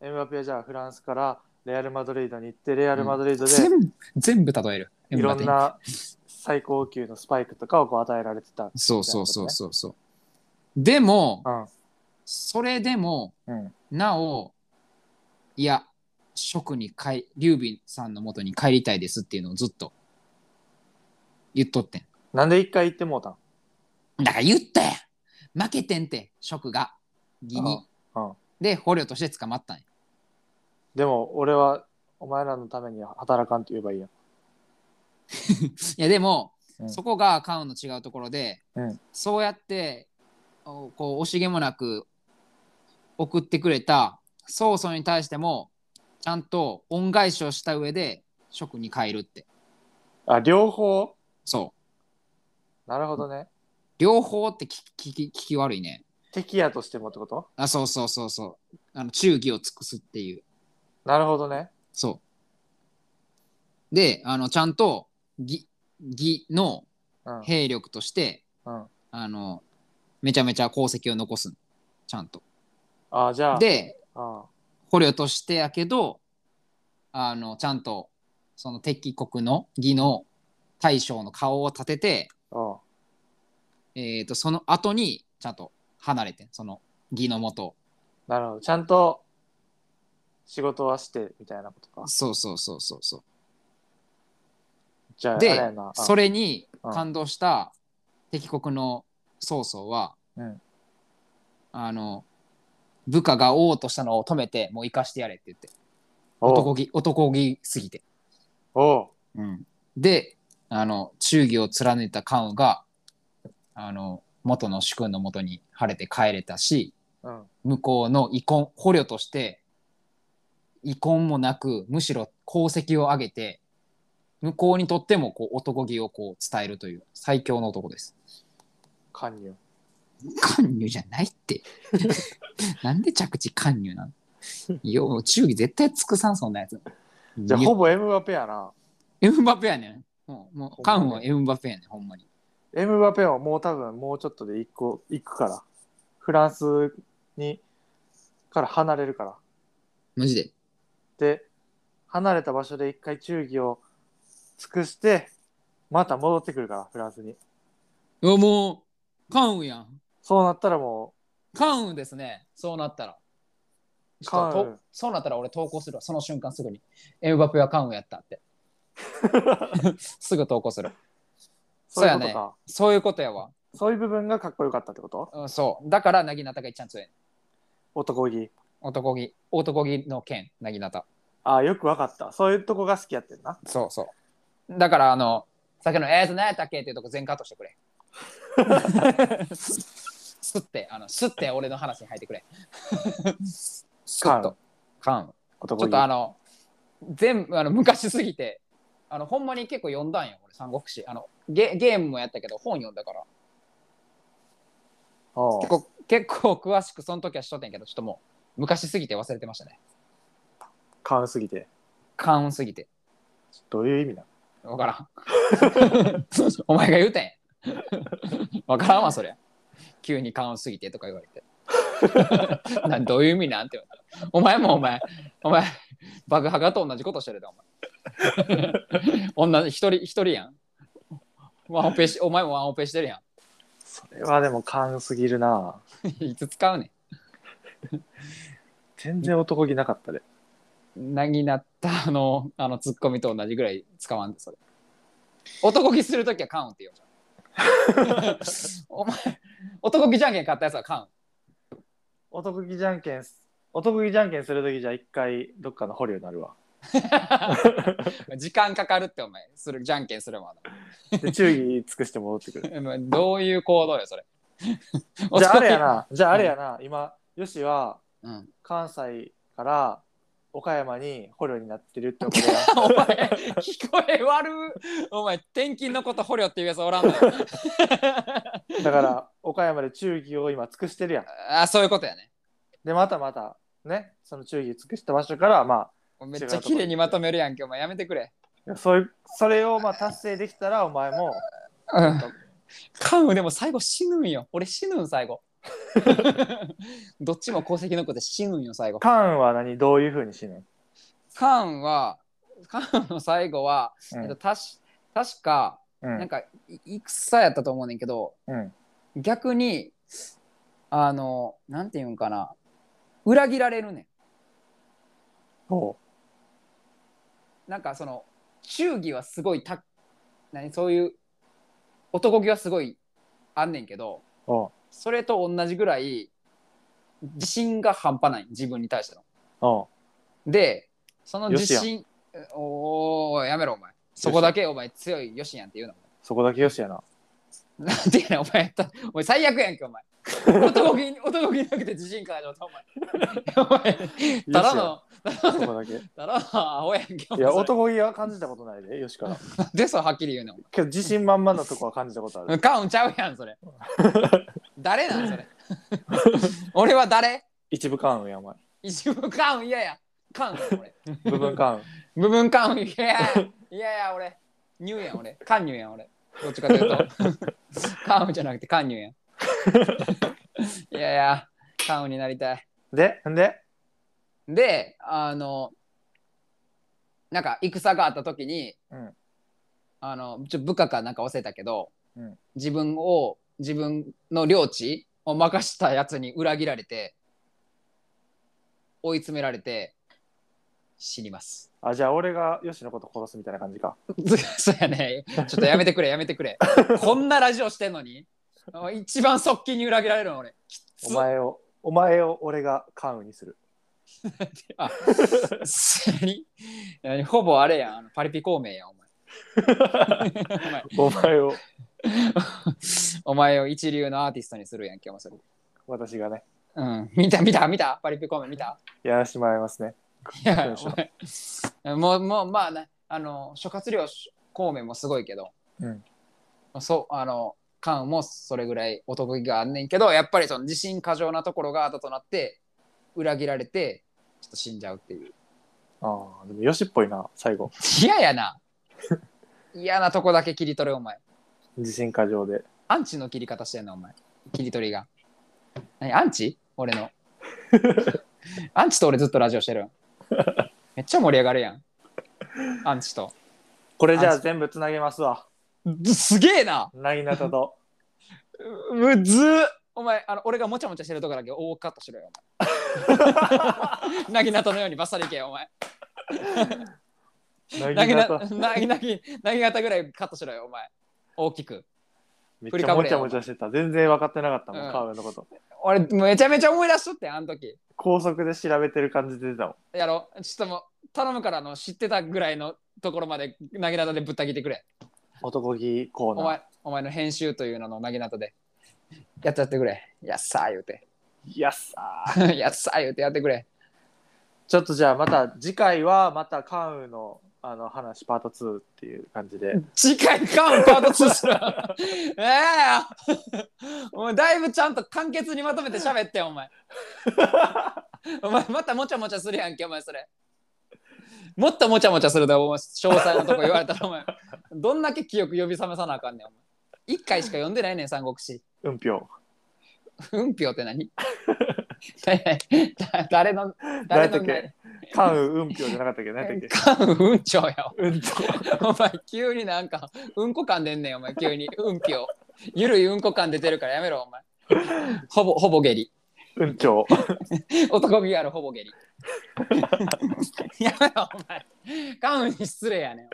[SPEAKER 2] エムバペはじゃあフランスからレアル・マドリードに行ってレアル・マドリードで、
[SPEAKER 4] 全部、全部例える。エ
[SPEAKER 2] い
[SPEAKER 4] ム
[SPEAKER 2] ろ
[SPEAKER 4] バペ
[SPEAKER 2] ん
[SPEAKER 4] に。
[SPEAKER 2] な最高級のスパイクとかをこう与えられてた
[SPEAKER 4] そうそうそうそうそう。でも、
[SPEAKER 2] うん
[SPEAKER 4] それでも、
[SPEAKER 2] うん
[SPEAKER 4] なお、いや、職に帰、劉備さんのもとに帰りたいですっていうのをずっと言っとって
[SPEAKER 2] なんで一回行ってもうたん
[SPEAKER 4] ん。だから言ったやん負けてんて、職が。義に。
[SPEAKER 2] うんうん
[SPEAKER 4] で、捕虜として捕まったんや。
[SPEAKER 2] でも俺はお前らのために働かんって言えばいいやん
[SPEAKER 4] いや、でも、
[SPEAKER 2] うん
[SPEAKER 4] そこがカウンの違うところで、
[SPEAKER 2] うん
[SPEAKER 4] そうやっておこう惜しげもなく送ってくれた曹操に対してもちゃんと恩返しをした上で職に変えるって
[SPEAKER 2] あ、両方
[SPEAKER 4] そう
[SPEAKER 2] なるほどね。
[SPEAKER 4] 両方って聞き聞き聞き悪いね
[SPEAKER 2] 敵やとしてもってこと
[SPEAKER 4] あそうそうそうそうあの忠義を尽くすっていう
[SPEAKER 2] なるほどね。
[SPEAKER 4] そうであのちゃんと義義の
[SPEAKER 2] うん。
[SPEAKER 4] 兵力として、
[SPEAKER 2] うん
[SPEAKER 4] あのめちゃめちゃ功績を残すちゃんと
[SPEAKER 2] あ、じゃあ、
[SPEAKER 4] で
[SPEAKER 2] あ
[SPEAKER 4] 捕虜としてやけどあのちゃんとその敵国の義の大将の顔を立てて、
[SPEAKER 2] あ
[SPEAKER 4] えー、とその後にちゃんと離れてんその義のもと
[SPEAKER 2] なるほど。ちゃんと仕事はしてみたいなことか。
[SPEAKER 4] そうそうそうそうそ
[SPEAKER 2] じゃあ、
[SPEAKER 4] う
[SPEAKER 2] あ
[SPEAKER 4] で
[SPEAKER 2] れやな。あ
[SPEAKER 4] それに
[SPEAKER 2] うん
[SPEAKER 4] 感動した敵国の曹操は、
[SPEAKER 2] うん
[SPEAKER 4] あの部下が王としたのを止めてもう生かしてやれって言って
[SPEAKER 2] お
[SPEAKER 4] 男
[SPEAKER 2] う
[SPEAKER 4] 気男気すぎて
[SPEAKER 2] おう
[SPEAKER 4] であの忠義を貫いた関羽があの元の主君のもとに晴れて帰れたし
[SPEAKER 2] うん。
[SPEAKER 4] 向こうの遺恨捕虜として遺恨もなくむしろ功績を上げて向こうにとってもこう男気をこう伝えるという最強の男です。
[SPEAKER 2] 関与。
[SPEAKER 4] 関羽じゃないって なんで着地関羽なのいやもう忠義絶対尽くさんそんなやつ。
[SPEAKER 2] じゃあ、ほぼエムバペやな。
[SPEAKER 4] エムバペやねん。もうもう関羽はエムバペやねんほんまに。
[SPEAKER 2] エムバペはもう多分もうちょっとで一個行くから。フランスにから離れるから。
[SPEAKER 4] マジで。
[SPEAKER 2] で、離れた場所で一回忠義を尽くして、また戻ってくるから、フランスに。
[SPEAKER 4] いやもう、関羽やん。
[SPEAKER 2] そうなったらも
[SPEAKER 4] 関羽ですね、そうなったら。ちょ
[SPEAKER 2] 関
[SPEAKER 4] っと
[SPEAKER 2] 羽
[SPEAKER 4] とそうなったら俺投稿するわ、その瞬間すぐに。エムバペは関羽やったって。 すぐ投稿する。
[SPEAKER 2] そういう
[SPEAKER 4] や
[SPEAKER 2] こと
[SPEAKER 4] ね
[SPEAKER 2] か。
[SPEAKER 4] そういうことやわ。
[SPEAKER 2] う、そういう部分がかっこよかったってこと
[SPEAKER 4] うん、そう。だから、なぎなたがいっちゃん強い。
[SPEAKER 2] 男気。
[SPEAKER 4] 男気、男気の剣、なぎなた。
[SPEAKER 2] ああ、よくわかった。そういうとこが好きやってんな。
[SPEAKER 4] そうそう。だから、あの、さっきの、えーと、何やったっけっていうとこ全カットしてくれ。すって、あの、すって俺の話に入ってくれ。すっと。関羽。
[SPEAKER 2] 男
[SPEAKER 4] ち
[SPEAKER 2] 気。
[SPEAKER 4] ょっとあの全部あの昔すぎてあのほんまに結構読んだんよ俺三国志あのゲゲームもやったけど本読んだから
[SPEAKER 2] おう
[SPEAKER 4] 結構結構詳しくその時はしとってんけどちょっともう昔すぎて忘れてましたね
[SPEAKER 2] 勘すぎて。
[SPEAKER 4] 関羽すぎて
[SPEAKER 2] どういう意味なの
[SPEAKER 4] 分からん お前が言うてん分からんわそりゃ急に関羽すぎてとか言われてなんどういう意味なんて言 われたお前もお前お前爆破がと同じことしてるでお前 女一人一人やんワンオペしお前もワンオペしてるや
[SPEAKER 2] それはでも勘すぎるな。
[SPEAKER 4] んいつ使うね
[SPEAKER 2] 全然男気なかったで。
[SPEAKER 4] んなぎなったあのあのツッコミと同じぐらい使わんでそれ男気するときはカウンって言おうじゃん お前男気じゃんけん買ったやつはカウン
[SPEAKER 2] 男気じゃんけんす、男気じゃんけんするときじゃあ一回どっかの捕虜にな るわ。
[SPEAKER 4] 時間かかるってお前するじゃんけんするも
[SPEAKER 2] で、注意尽くして戻ってく る。
[SPEAKER 4] んどういう行動よそれ
[SPEAKER 2] じゃああれやな。じゃああれやな。今、ヨシは
[SPEAKER 4] うん
[SPEAKER 2] 関西から岡山に捕虜になってるって ことだ。
[SPEAKER 4] お前聞こえ悪お前転勤のこと捕虜っていうやつおらんのよ
[SPEAKER 2] だから岡山で忠義を今尽くしてるやん。
[SPEAKER 4] あそういうことやね
[SPEAKER 2] でまたまたねその忠義尽くした場所からま
[SPEAKER 4] めっちゃ綺麗にまとめるやんけお前やめてくれ
[SPEAKER 2] あそういうそれをまあ達成できたらお前も
[SPEAKER 4] うんカウンでも最後死ぬんよ俺死ぬん最後 どっちも功績残って死ぬんよ最後
[SPEAKER 2] カーンは何どういうふうに死ぬの
[SPEAKER 4] カウンはカウンの最後は、
[SPEAKER 2] うん
[SPEAKER 4] えっとたし確か
[SPEAKER 2] う
[SPEAKER 4] なん
[SPEAKER 2] ん
[SPEAKER 4] かい戦やったと思うねんけど、
[SPEAKER 2] うん
[SPEAKER 4] 逆にあのなんていうんかな裏切られるね
[SPEAKER 2] ほ
[SPEAKER 4] んなんかその忠義はすごいた何そういう男気はすごいあんねんけど
[SPEAKER 2] うほ
[SPEAKER 4] それと同じぐらい自信が半端ない自分に対しての。
[SPEAKER 2] うほ
[SPEAKER 4] でその
[SPEAKER 2] よ
[SPEAKER 4] 自
[SPEAKER 2] しやん
[SPEAKER 4] 信おーやめろお前そこだけお前強いよしやんって言うな
[SPEAKER 2] うそこだけよしやな。
[SPEAKER 4] なんていうのお前やったお前最悪やんけお前男気 男気なくて自信からじゃったお前お前ただの
[SPEAKER 2] そこ だけ。い
[SPEAKER 4] ただのアホやんけお前
[SPEAKER 2] や、
[SPEAKER 4] それ
[SPEAKER 2] 男気は感じたことないで、よしから。
[SPEAKER 4] でそうはっきり言うねお
[SPEAKER 2] けど自信満々なとこは感じたことある。
[SPEAKER 4] 前カウンちゃうやん それ誰なんそれ俺は誰
[SPEAKER 2] 一部関運や、お 前。
[SPEAKER 4] 一部カウン嫌やカウンや俺
[SPEAKER 2] 部分関
[SPEAKER 4] 部分カ ウン嫌や嫌や俺ニューやん俺カンニューやん俺どっちかという とカウンじゃなくてカンニューやんいやいやカウンになりたい
[SPEAKER 2] 運。で、んで、
[SPEAKER 4] であのなんか戦があった時に、
[SPEAKER 2] うん
[SPEAKER 4] あのちょ部下かなんか忘れたけど、
[SPEAKER 2] うん
[SPEAKER 4] 自分を自分の領地を任したやつに裏切られて追い詰められて死にます。
[SPEAKER 2] あ、じゃあ俺がよしのこと殺すみたいな感じか。
[SPEAKER 4] そうやねちょっとやめてくれやめてくれこんなラジオしてんのに一番側近に裏切られるの俺きっ
[SPEAKER 2] お
[SPEAKER 4] つ
[SPEAKER 2] 前を、お前を俺が関運にする。
[SPEAKER 4] あ何何ほぼあれやんあのパリピ孔明やんお前
[SPEAKER 2] お前を、
[SPEAKER 4] お前を一流のアーティストにするやんけ、お前それ。
[SPEAKER 2] 私がね、
[SPEAKER 4] うん。見た見た見たパリピコメ見た
[SPEAKER 2] やらしてもらいますね。
[SPEAKER 4] い や、お前 もう、もう、まあね、あの、諸葛亮孔明もすごいけど、
[SPEAKER 2] うん
[SPEAKER 4] そう、あの、関羽もそれぐらいお得意があんねんけど、やっぱりその自信過剰なところが後となって、裏切られて、ちょっと死んじゃうっていう。
[SPEAKER 2] ああ、でもよしっぽいな、最後。
[SPEAKER 4] 嫌 やな。嫌なとこだけ切り取れ、お前。
[SPEAKER 2] 自信過剰で。
[SPEAKER 4] アンチの切り方してんのお前切り取りが何アンチ俺 のアンチと俺ずっとラジオしてるめっちゃ盛り上がるやんアンチと
[SPEAKER 2] これじゃあ全部つなげますわ。
[SPEAKER 4] ずすげえな
[SPEAKER 2] なぎなた と。
[SPEAKER 4] うむずっお前あの俺がもちゃもちゃしてるとこだけ大カットしろよお前 なぎなたのようにバッサリいけよお前
[SPEAKER 2] な
[SPEAKER 4] な
[SPEAKER 2] ぎ
[SPEAKER 4] ぎ
[SPEAKER 2] な
[SPEAKER 4] な
[SPEAKER 2] た。
[SPEAKER 4] なぎなぎなぎなたぐらいカットしろよお前大きく
[SPEAKER 2] めっ
[SPEAKER 4] 振り
[SPEAKER 2] ち
[SPEAKER 4] か
[SPEAKER 2] ゃ
[SPEAKER 4] ぶ
[SPEAKER 2] も
[SPEAKER 4] れ
[SPEAKER 2] ちゃもちゃしてた。全然分かってなかったも
[SPEAKER 4] うん
[SPEAKER 2] ん、カーウェイのこと。
[SPEAKER 4] 俺めちゃめちゃ思い出しとってんあの時
[SPEAKER 2] 高速で調べてる感じで出たもん。
[SPEAKER 4] やろうちょっともう頼むからあの知ってたぐらいのところまでなぎなたでぶった切ってくれ
[SPEAKER 2] 男気コー
[SPEAKER 4] お
[SPEAKER 2] ナー。
[SPEAKER 4] 前お前の編集というののなぎなたでやっちゃってくれやっさー言うて
[SPEAKER 2] いやっさー。
[SPEAKER 4] やっさー言うてやってくれ
[SPEAKER 2] ちょっとじゃあまた次回はまたカーウェイのあの話パート2っていう感じで。
[SPEAKER 4] 次回カンパート2するええお前だいぶちゃんと簡潔にまとめて喋ってよお 前お前またもちゃもちゃするやんけお前それもっともちゃもちゃするだろお前詳細のとこ言われたらお前どんだけ記憶呼び覚めさなあかんねんお前一回しか読んでないねん三国志
[SPEAKER 2] うんぴょう。
[SPEAKER 4] うんぴょって 何だ誰の誰
[SPEAKER 2] 誰だ
[SPEAKER 4] の
[SPEAKER 2] っけカーウェイうんぴょうじゃなかったっけど、何だっけ
[SPEAKER 4] カン うんちょやわ
[SPEAKER 2] うんちょ。
[SPEAKER 4] お前急になんかうんこ感出んねんお前急にうんぴょゆるいうんこ感出てるからやめろお前ほぼほぼ下痢
[SPEAKER 2] うんちょ。
[SPEAKER 4] 男気があるほぼ下 痢やめろお前カンに失礼やねん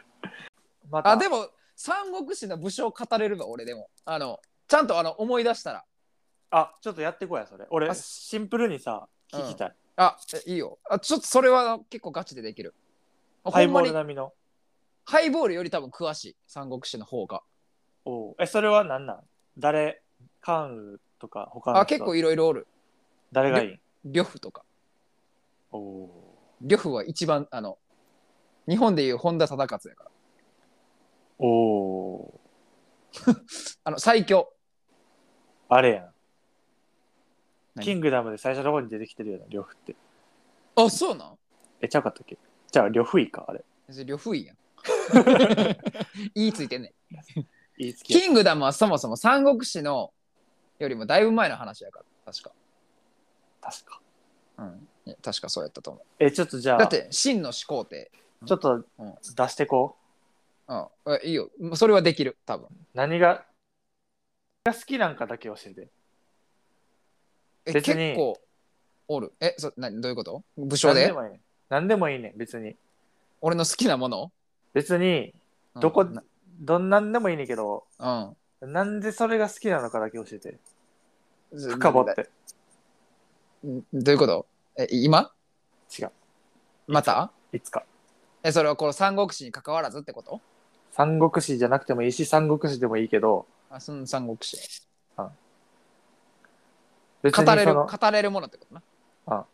[SPEAKER 2] また
[SPEAKER 4] あでも三国志の武将語れるわ俺でもあのちゃんとあの思い出したら
[SPEAKER 2] あ、ちょっとやってこいや、それ。俺
[SPEAKER 4] あ、
[SPEAKER 2] シンプルにさ、聞きたい。
[SPEAKER 4] あえいいよあちょっとそれは結構ガチでできる
[SPEAKER 2] ハ
[SPEAKER 4] ほ
[SPEAKER 2] イ
[SPEAKER 4] ん
[SPEAKER 2] ボ
[SPEAKER 4] ま
[SPEAKER 2] ー
[SPEAKER 4] に
[SPEAKER 2] ル並みの。
[SPEAKER 4] ハイボールより多分詳しい三国志の方が。
[SPEAKER 2] おうえ、それは何なん誰カーウェイとか他の人
[SPEAKER 4] あ結構いろいろおる。
[SPEAKER 2] 誰がいい
[SPEAKER 4] 呂布とか。
[SPEAKER 2] おお
[SPEAKER 4] 呂布は一番あの日本でいう本田忠勝やから。
[SPEAKER 2] ー。おお。
[SPEAKER 4] あの最強。
[SPEAKER 2] あれやん。
[SPEAKER 4] 何
[SPEAKER 2] キングダムで最初の方に出てきてるよな、呂布って。
[SPEAKER 4] あそうなん
[SPEAKER 2] え、ちゃうかったっけじゃあ、呂布いいか、あれ。
[SPEAKER 4] 別に呂布い いやん。言いついてんねん。
[SPEAKER 2] 言いつきや。
[SPEAKER 4] キングダムはそもそも三国志のよりもだいぶ前の話やから確か。
[SPEAKER 2] 確か。
[SPEAKER 4] うん。いや確かそうやったと思
[SPEAKER 2] え、ちょっとじゃ
[SPEAKER 4] う。
[SPEAKER 2] あ、
[SPEAKER 4] だって秦の始皇帝。
[SPEAKER 2] ちょっと
[SPEAKER 4] うん
[SPEAKER 2] 出してこう。
[SPEAKER 4] うん。えいいよ。それはできる多分。
[SPEAKER 2] 何が、が好きなんかだけ教えて。
[SPEAKER 4] え
[SPEAKER 2] 別
[SPEAKER 4] 結
[SPEAKER 2] に
[SPEAKER 4] 構おる。えそなどういうこと武将
[SPEAKER 2] 何
[SPEAKER 4] で
[SPEAKER 2] でもいいねん。何でもいいねん、別に。
[SPEAKER 4] 俺の好きなもの
[SPEAKER 2] 別に、
[SPEAKER 4] うん
[SPEAKER 2] どこ
[SPEAKER 4] な、
[SPEAKER 2] どんなんでもいいねんけど、
[SPEAKER 4] うん。
[SPEAKER 2] なんでそれが好きなのかだけ教えて。深
[SPEAKER 4] 深
[SPEAKER 2] 掘って。
[SPEAKER 4] どういうことえ今
[SPEAKER 2] 違う。
[SPEAKER 4] また
[SPEAKER 2] いつか。
[SPEAKER 4] えそれはこの三国志に関わらずってこと
[SPEAKER 2] 三国志じゃなくてもいいし、三国志でもいいけど、
[SPEAKER 4] あその三国志
[SPEAKER 2] 別
[SPEAKER 4] 語れる
[SPEAKER 2] の
[SPEAKER 4] 語れるものってことな
[SPEAKER 2] あ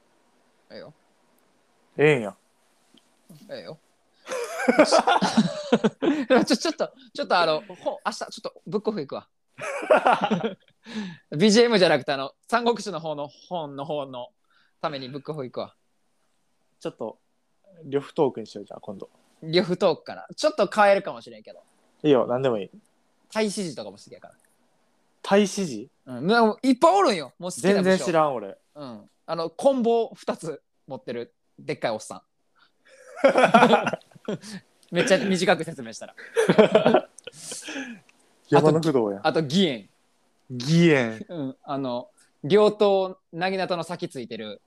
[SPEAKER 4] ええよ
[SPEAKER 2] ええんや。
[SPEAKER 4] ええよ ちょちょっとちょっとあのほ明日ちょっとブックオフ行くわ BGM じゃなくてあの三国志の方の本の方のためにブックオフ行くわ
[SPEAKER 2] ちょっと、呂布トークにしようじゃあ、今度。
[SPEAKER 4] 呂布トークからちょっと変えるかもしれんけど
[SPEAKER 2] いいよ、なんでもいい。
[SPEAKER 4] 大使事とかも好きやか
[SPEAKER 2] 大使寺
[SPEAKER 4] ら、うん、でもいっぱいおるんよもう好きな
[SPEAKER 2] 全
[SPEAKER 4] 武将
[SPEAKER 2] 然知らん、俺。
[SPEAKER 4] うん、あの棍棒2つ持ってるでっかいおっさん めっちゃ短く説明したら
[SPEAKER 2] 山の不動や。
[SPEAKER 4] あと義援、
[SPEAKER 2] 義援。
[SPEAKER 4] うん、あの両刀なぎなたの先ついてる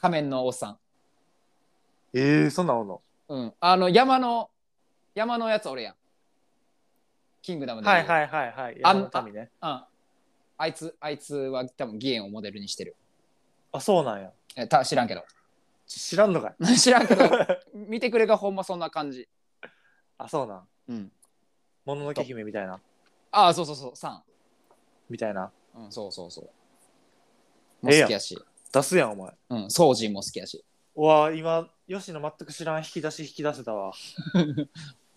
[SPEAKER 4] 仮面のおっさん、
[SPEAKER 2] ええそんなんおんの
[SPEAKER 4] うん、あの山の山のやつおるやんキングダムで
[SPEAKER 2] はい
[SPEAKER 4] い、
[SPEAKER 2] はいはいはい。
[SPEAKER 4] あ
[SPEAKER 2] 山の民ね。
[SPEAKER 4] うん、あいつあいつは多分義援をモデルにしてる
[SPEAKER 2] あ、そうなんや。
[SPEAKER 4] えた知らんけど
[SPEAKER 2] ち知らんのかい。
[SPEAKER 4] 知らんけど見てくれがほんまそんな感じ、
[SPEAKER 2] あ、そうなん。
[SPEAKER 4] うん、
[SPEAKER 2] もののけ姫みたいな。
[SPEAKER 4] ああそうそうそうさん
[SPEAKER 2] みたいな。
[SPEAKER 4] うん、そうそうそう。も
[SPEAKER 2] ええやん
[SPEAKER 4] 好きやし、
[SPEAKER 2] 出すやん、お前。
[SPEAKER 4] うん、ソージンも好きやし。
[SPEAKER 2] うわ今、吉野全く知らん引き出し引き出せた わ。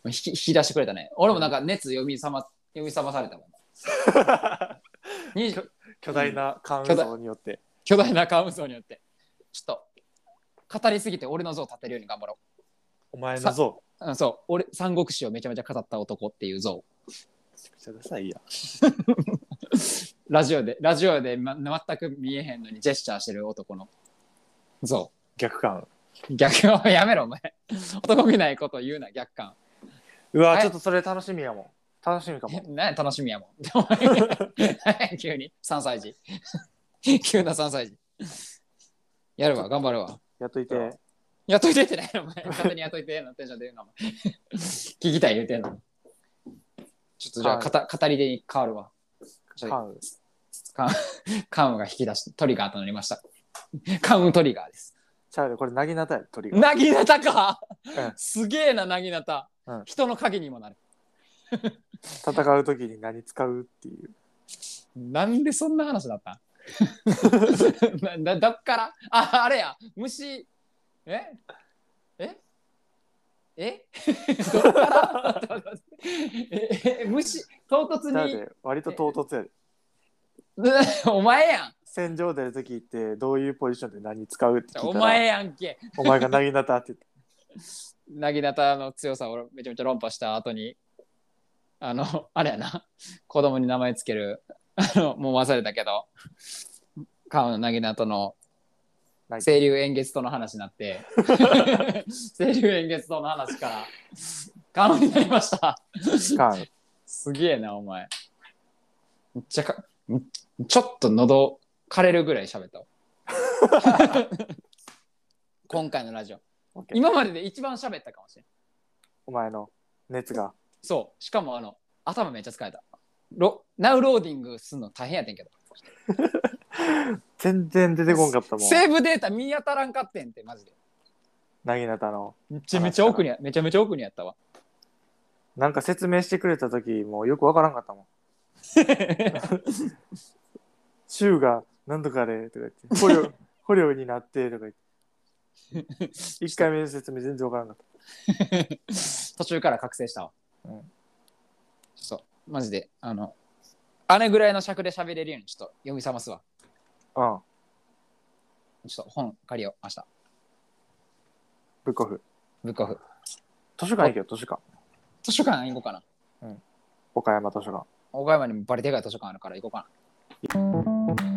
[SPEAKER 4] 引き引き出してくれたね。俺もなんか熱読み覚ま、読み覚まされたもん。に
[SPEAKER 2] 巨大な関
[SPEAKER 4] 巨
[SPEAKER 2] 像によって。
[SPEAKER 4] 巨大なカウンソーによって。ちょっと、語りすぎて俺の像を立てるように頑張ろ
[SPEAKER 2] お前の像。
[SPEAKER 4] う。うん、そう、俺、三国志をめちゃめちゃ語った男っていう像。
[SPEAKER 2] めちゃくちゃダサいやん。
[SPEAKER 4] ラジオで、ラジオで、ま、全く見えへんのにジェスチャーしてる男の像。
[SPEAKER 2] 逆感。
[SPEAKER 4] 逆をやめろ、お前。男見ないこと言うな、逆感。
[SPEAKER 2] うわ
[SPEAKER 4] はい
[SPEAKER 2] ちょっとそれ楽しみやもん。楽しみかも。
[SPEAKER 4] 何や楽しみやもん。お前急に3歳児。 急な3歳児。やるわ、頑張るわ。
[SPEAKER 2] やっといて。
[SPEAKER 4] やっといてってないのお前。勝手にやっといてのテンションで言うの。お 前聞きたい言うてんの。ちょっとじゃあ、
[SPEAKER 2] はい
[SPEAKER 4] かた語り手に変わるわ。
[SPEAKER 2] 関羽
[SPEAKER 4] カン カンウが引き出し、トリガーとなりました。カンウトリガーです。
[SPEAKER 2] ちゃうで、これ、なぎなたや、鳥が。
[SPEAKER 4] なぎなたか、
[SPEAKER 2] うん
[SPEAKER 4] すげえな、なぎなた。
[SPEAKER 2] うん
[SPEAKER 4] 人の影にもなる。
[SPEAKER 2] 戦うときに何使うっていう。
[SPEAKER 4] なんでそんな話だったな などっからああれや虫えええ どっから ちょっと待ってええ虫唐突
[SPEAKER 2] なの
[SPEAKER 4] に
[SPEAKER 2] で、割と唐突やで。
[SPEAKER 4] お前やん
[SPEAKER 2] 戦場出るときって、どういうポジションで何使うって聞いたら
[SPEAKER 4] お前やんけ
[SPEAKER 2] お前がなぎなたって言って。
[SPEAKER 4] なぎなたの強さをめちゃめちゃ論破した後にあのあれやな子供に名前つけるあのもう忘れたけどカウのなぎなたの
[SPEAKER 2] ない
[SPEAKER 4] 清流円月島の話になって 清流円月島の話から顔になりました
[SPEAKER 2] 関羽
[SPEAKER 4] すげえなお前めっちゃかんちょっと喉枯れるぐらい喋 ったわ今回のラジオ
[SPEAKER 2] オッケー
[SPEAKER 4] 今までで一番喋ったかもしれん
[SPEAKER 2] お前の熱が。
[SPEAKER 4] そうしかもあの頭めっちゃ疲れたロナウローディングするの大変やってんけど
[SPEAKER 2] 全然出てこんかったもん。
[SPEAKER 4] セーブデータ見当たらんかってんってマジで
[SPEAKER 2] なぎなたの。
[SPEAKER 4] めちゃめちゃ奥にあめちゃめちゃ奥にやったわ
[SPEAKER 2] なんか説明してくれたとき、もうよくわからんかったもん。州が何とかでとか言って捕 虜捕虜になってとか言って1回目の説明全然わからんかっ
[SPEAKER 4] 途中から覚醒したわ、
[SPEAKER 2] うん
[SPEAKER 4] そうマジであのあれぐらいの尺で喋れるようにちょっと読み覚ますわ
[SPEAKER 2] たうん
[SPEAKER 4] ちょっと本借りよう明日
[SPEAKER 2] ブックオフ
[SPEAKER 4] ブックオフ
[SPEAKER 2] 図書館行けよ図書館
[SPEAKER 4] 図書館行こうかな
[SPEAKER 2] 岡山図書館
[SPEAKER 4] 岡山にもバリでかい図書館あるから行こうかな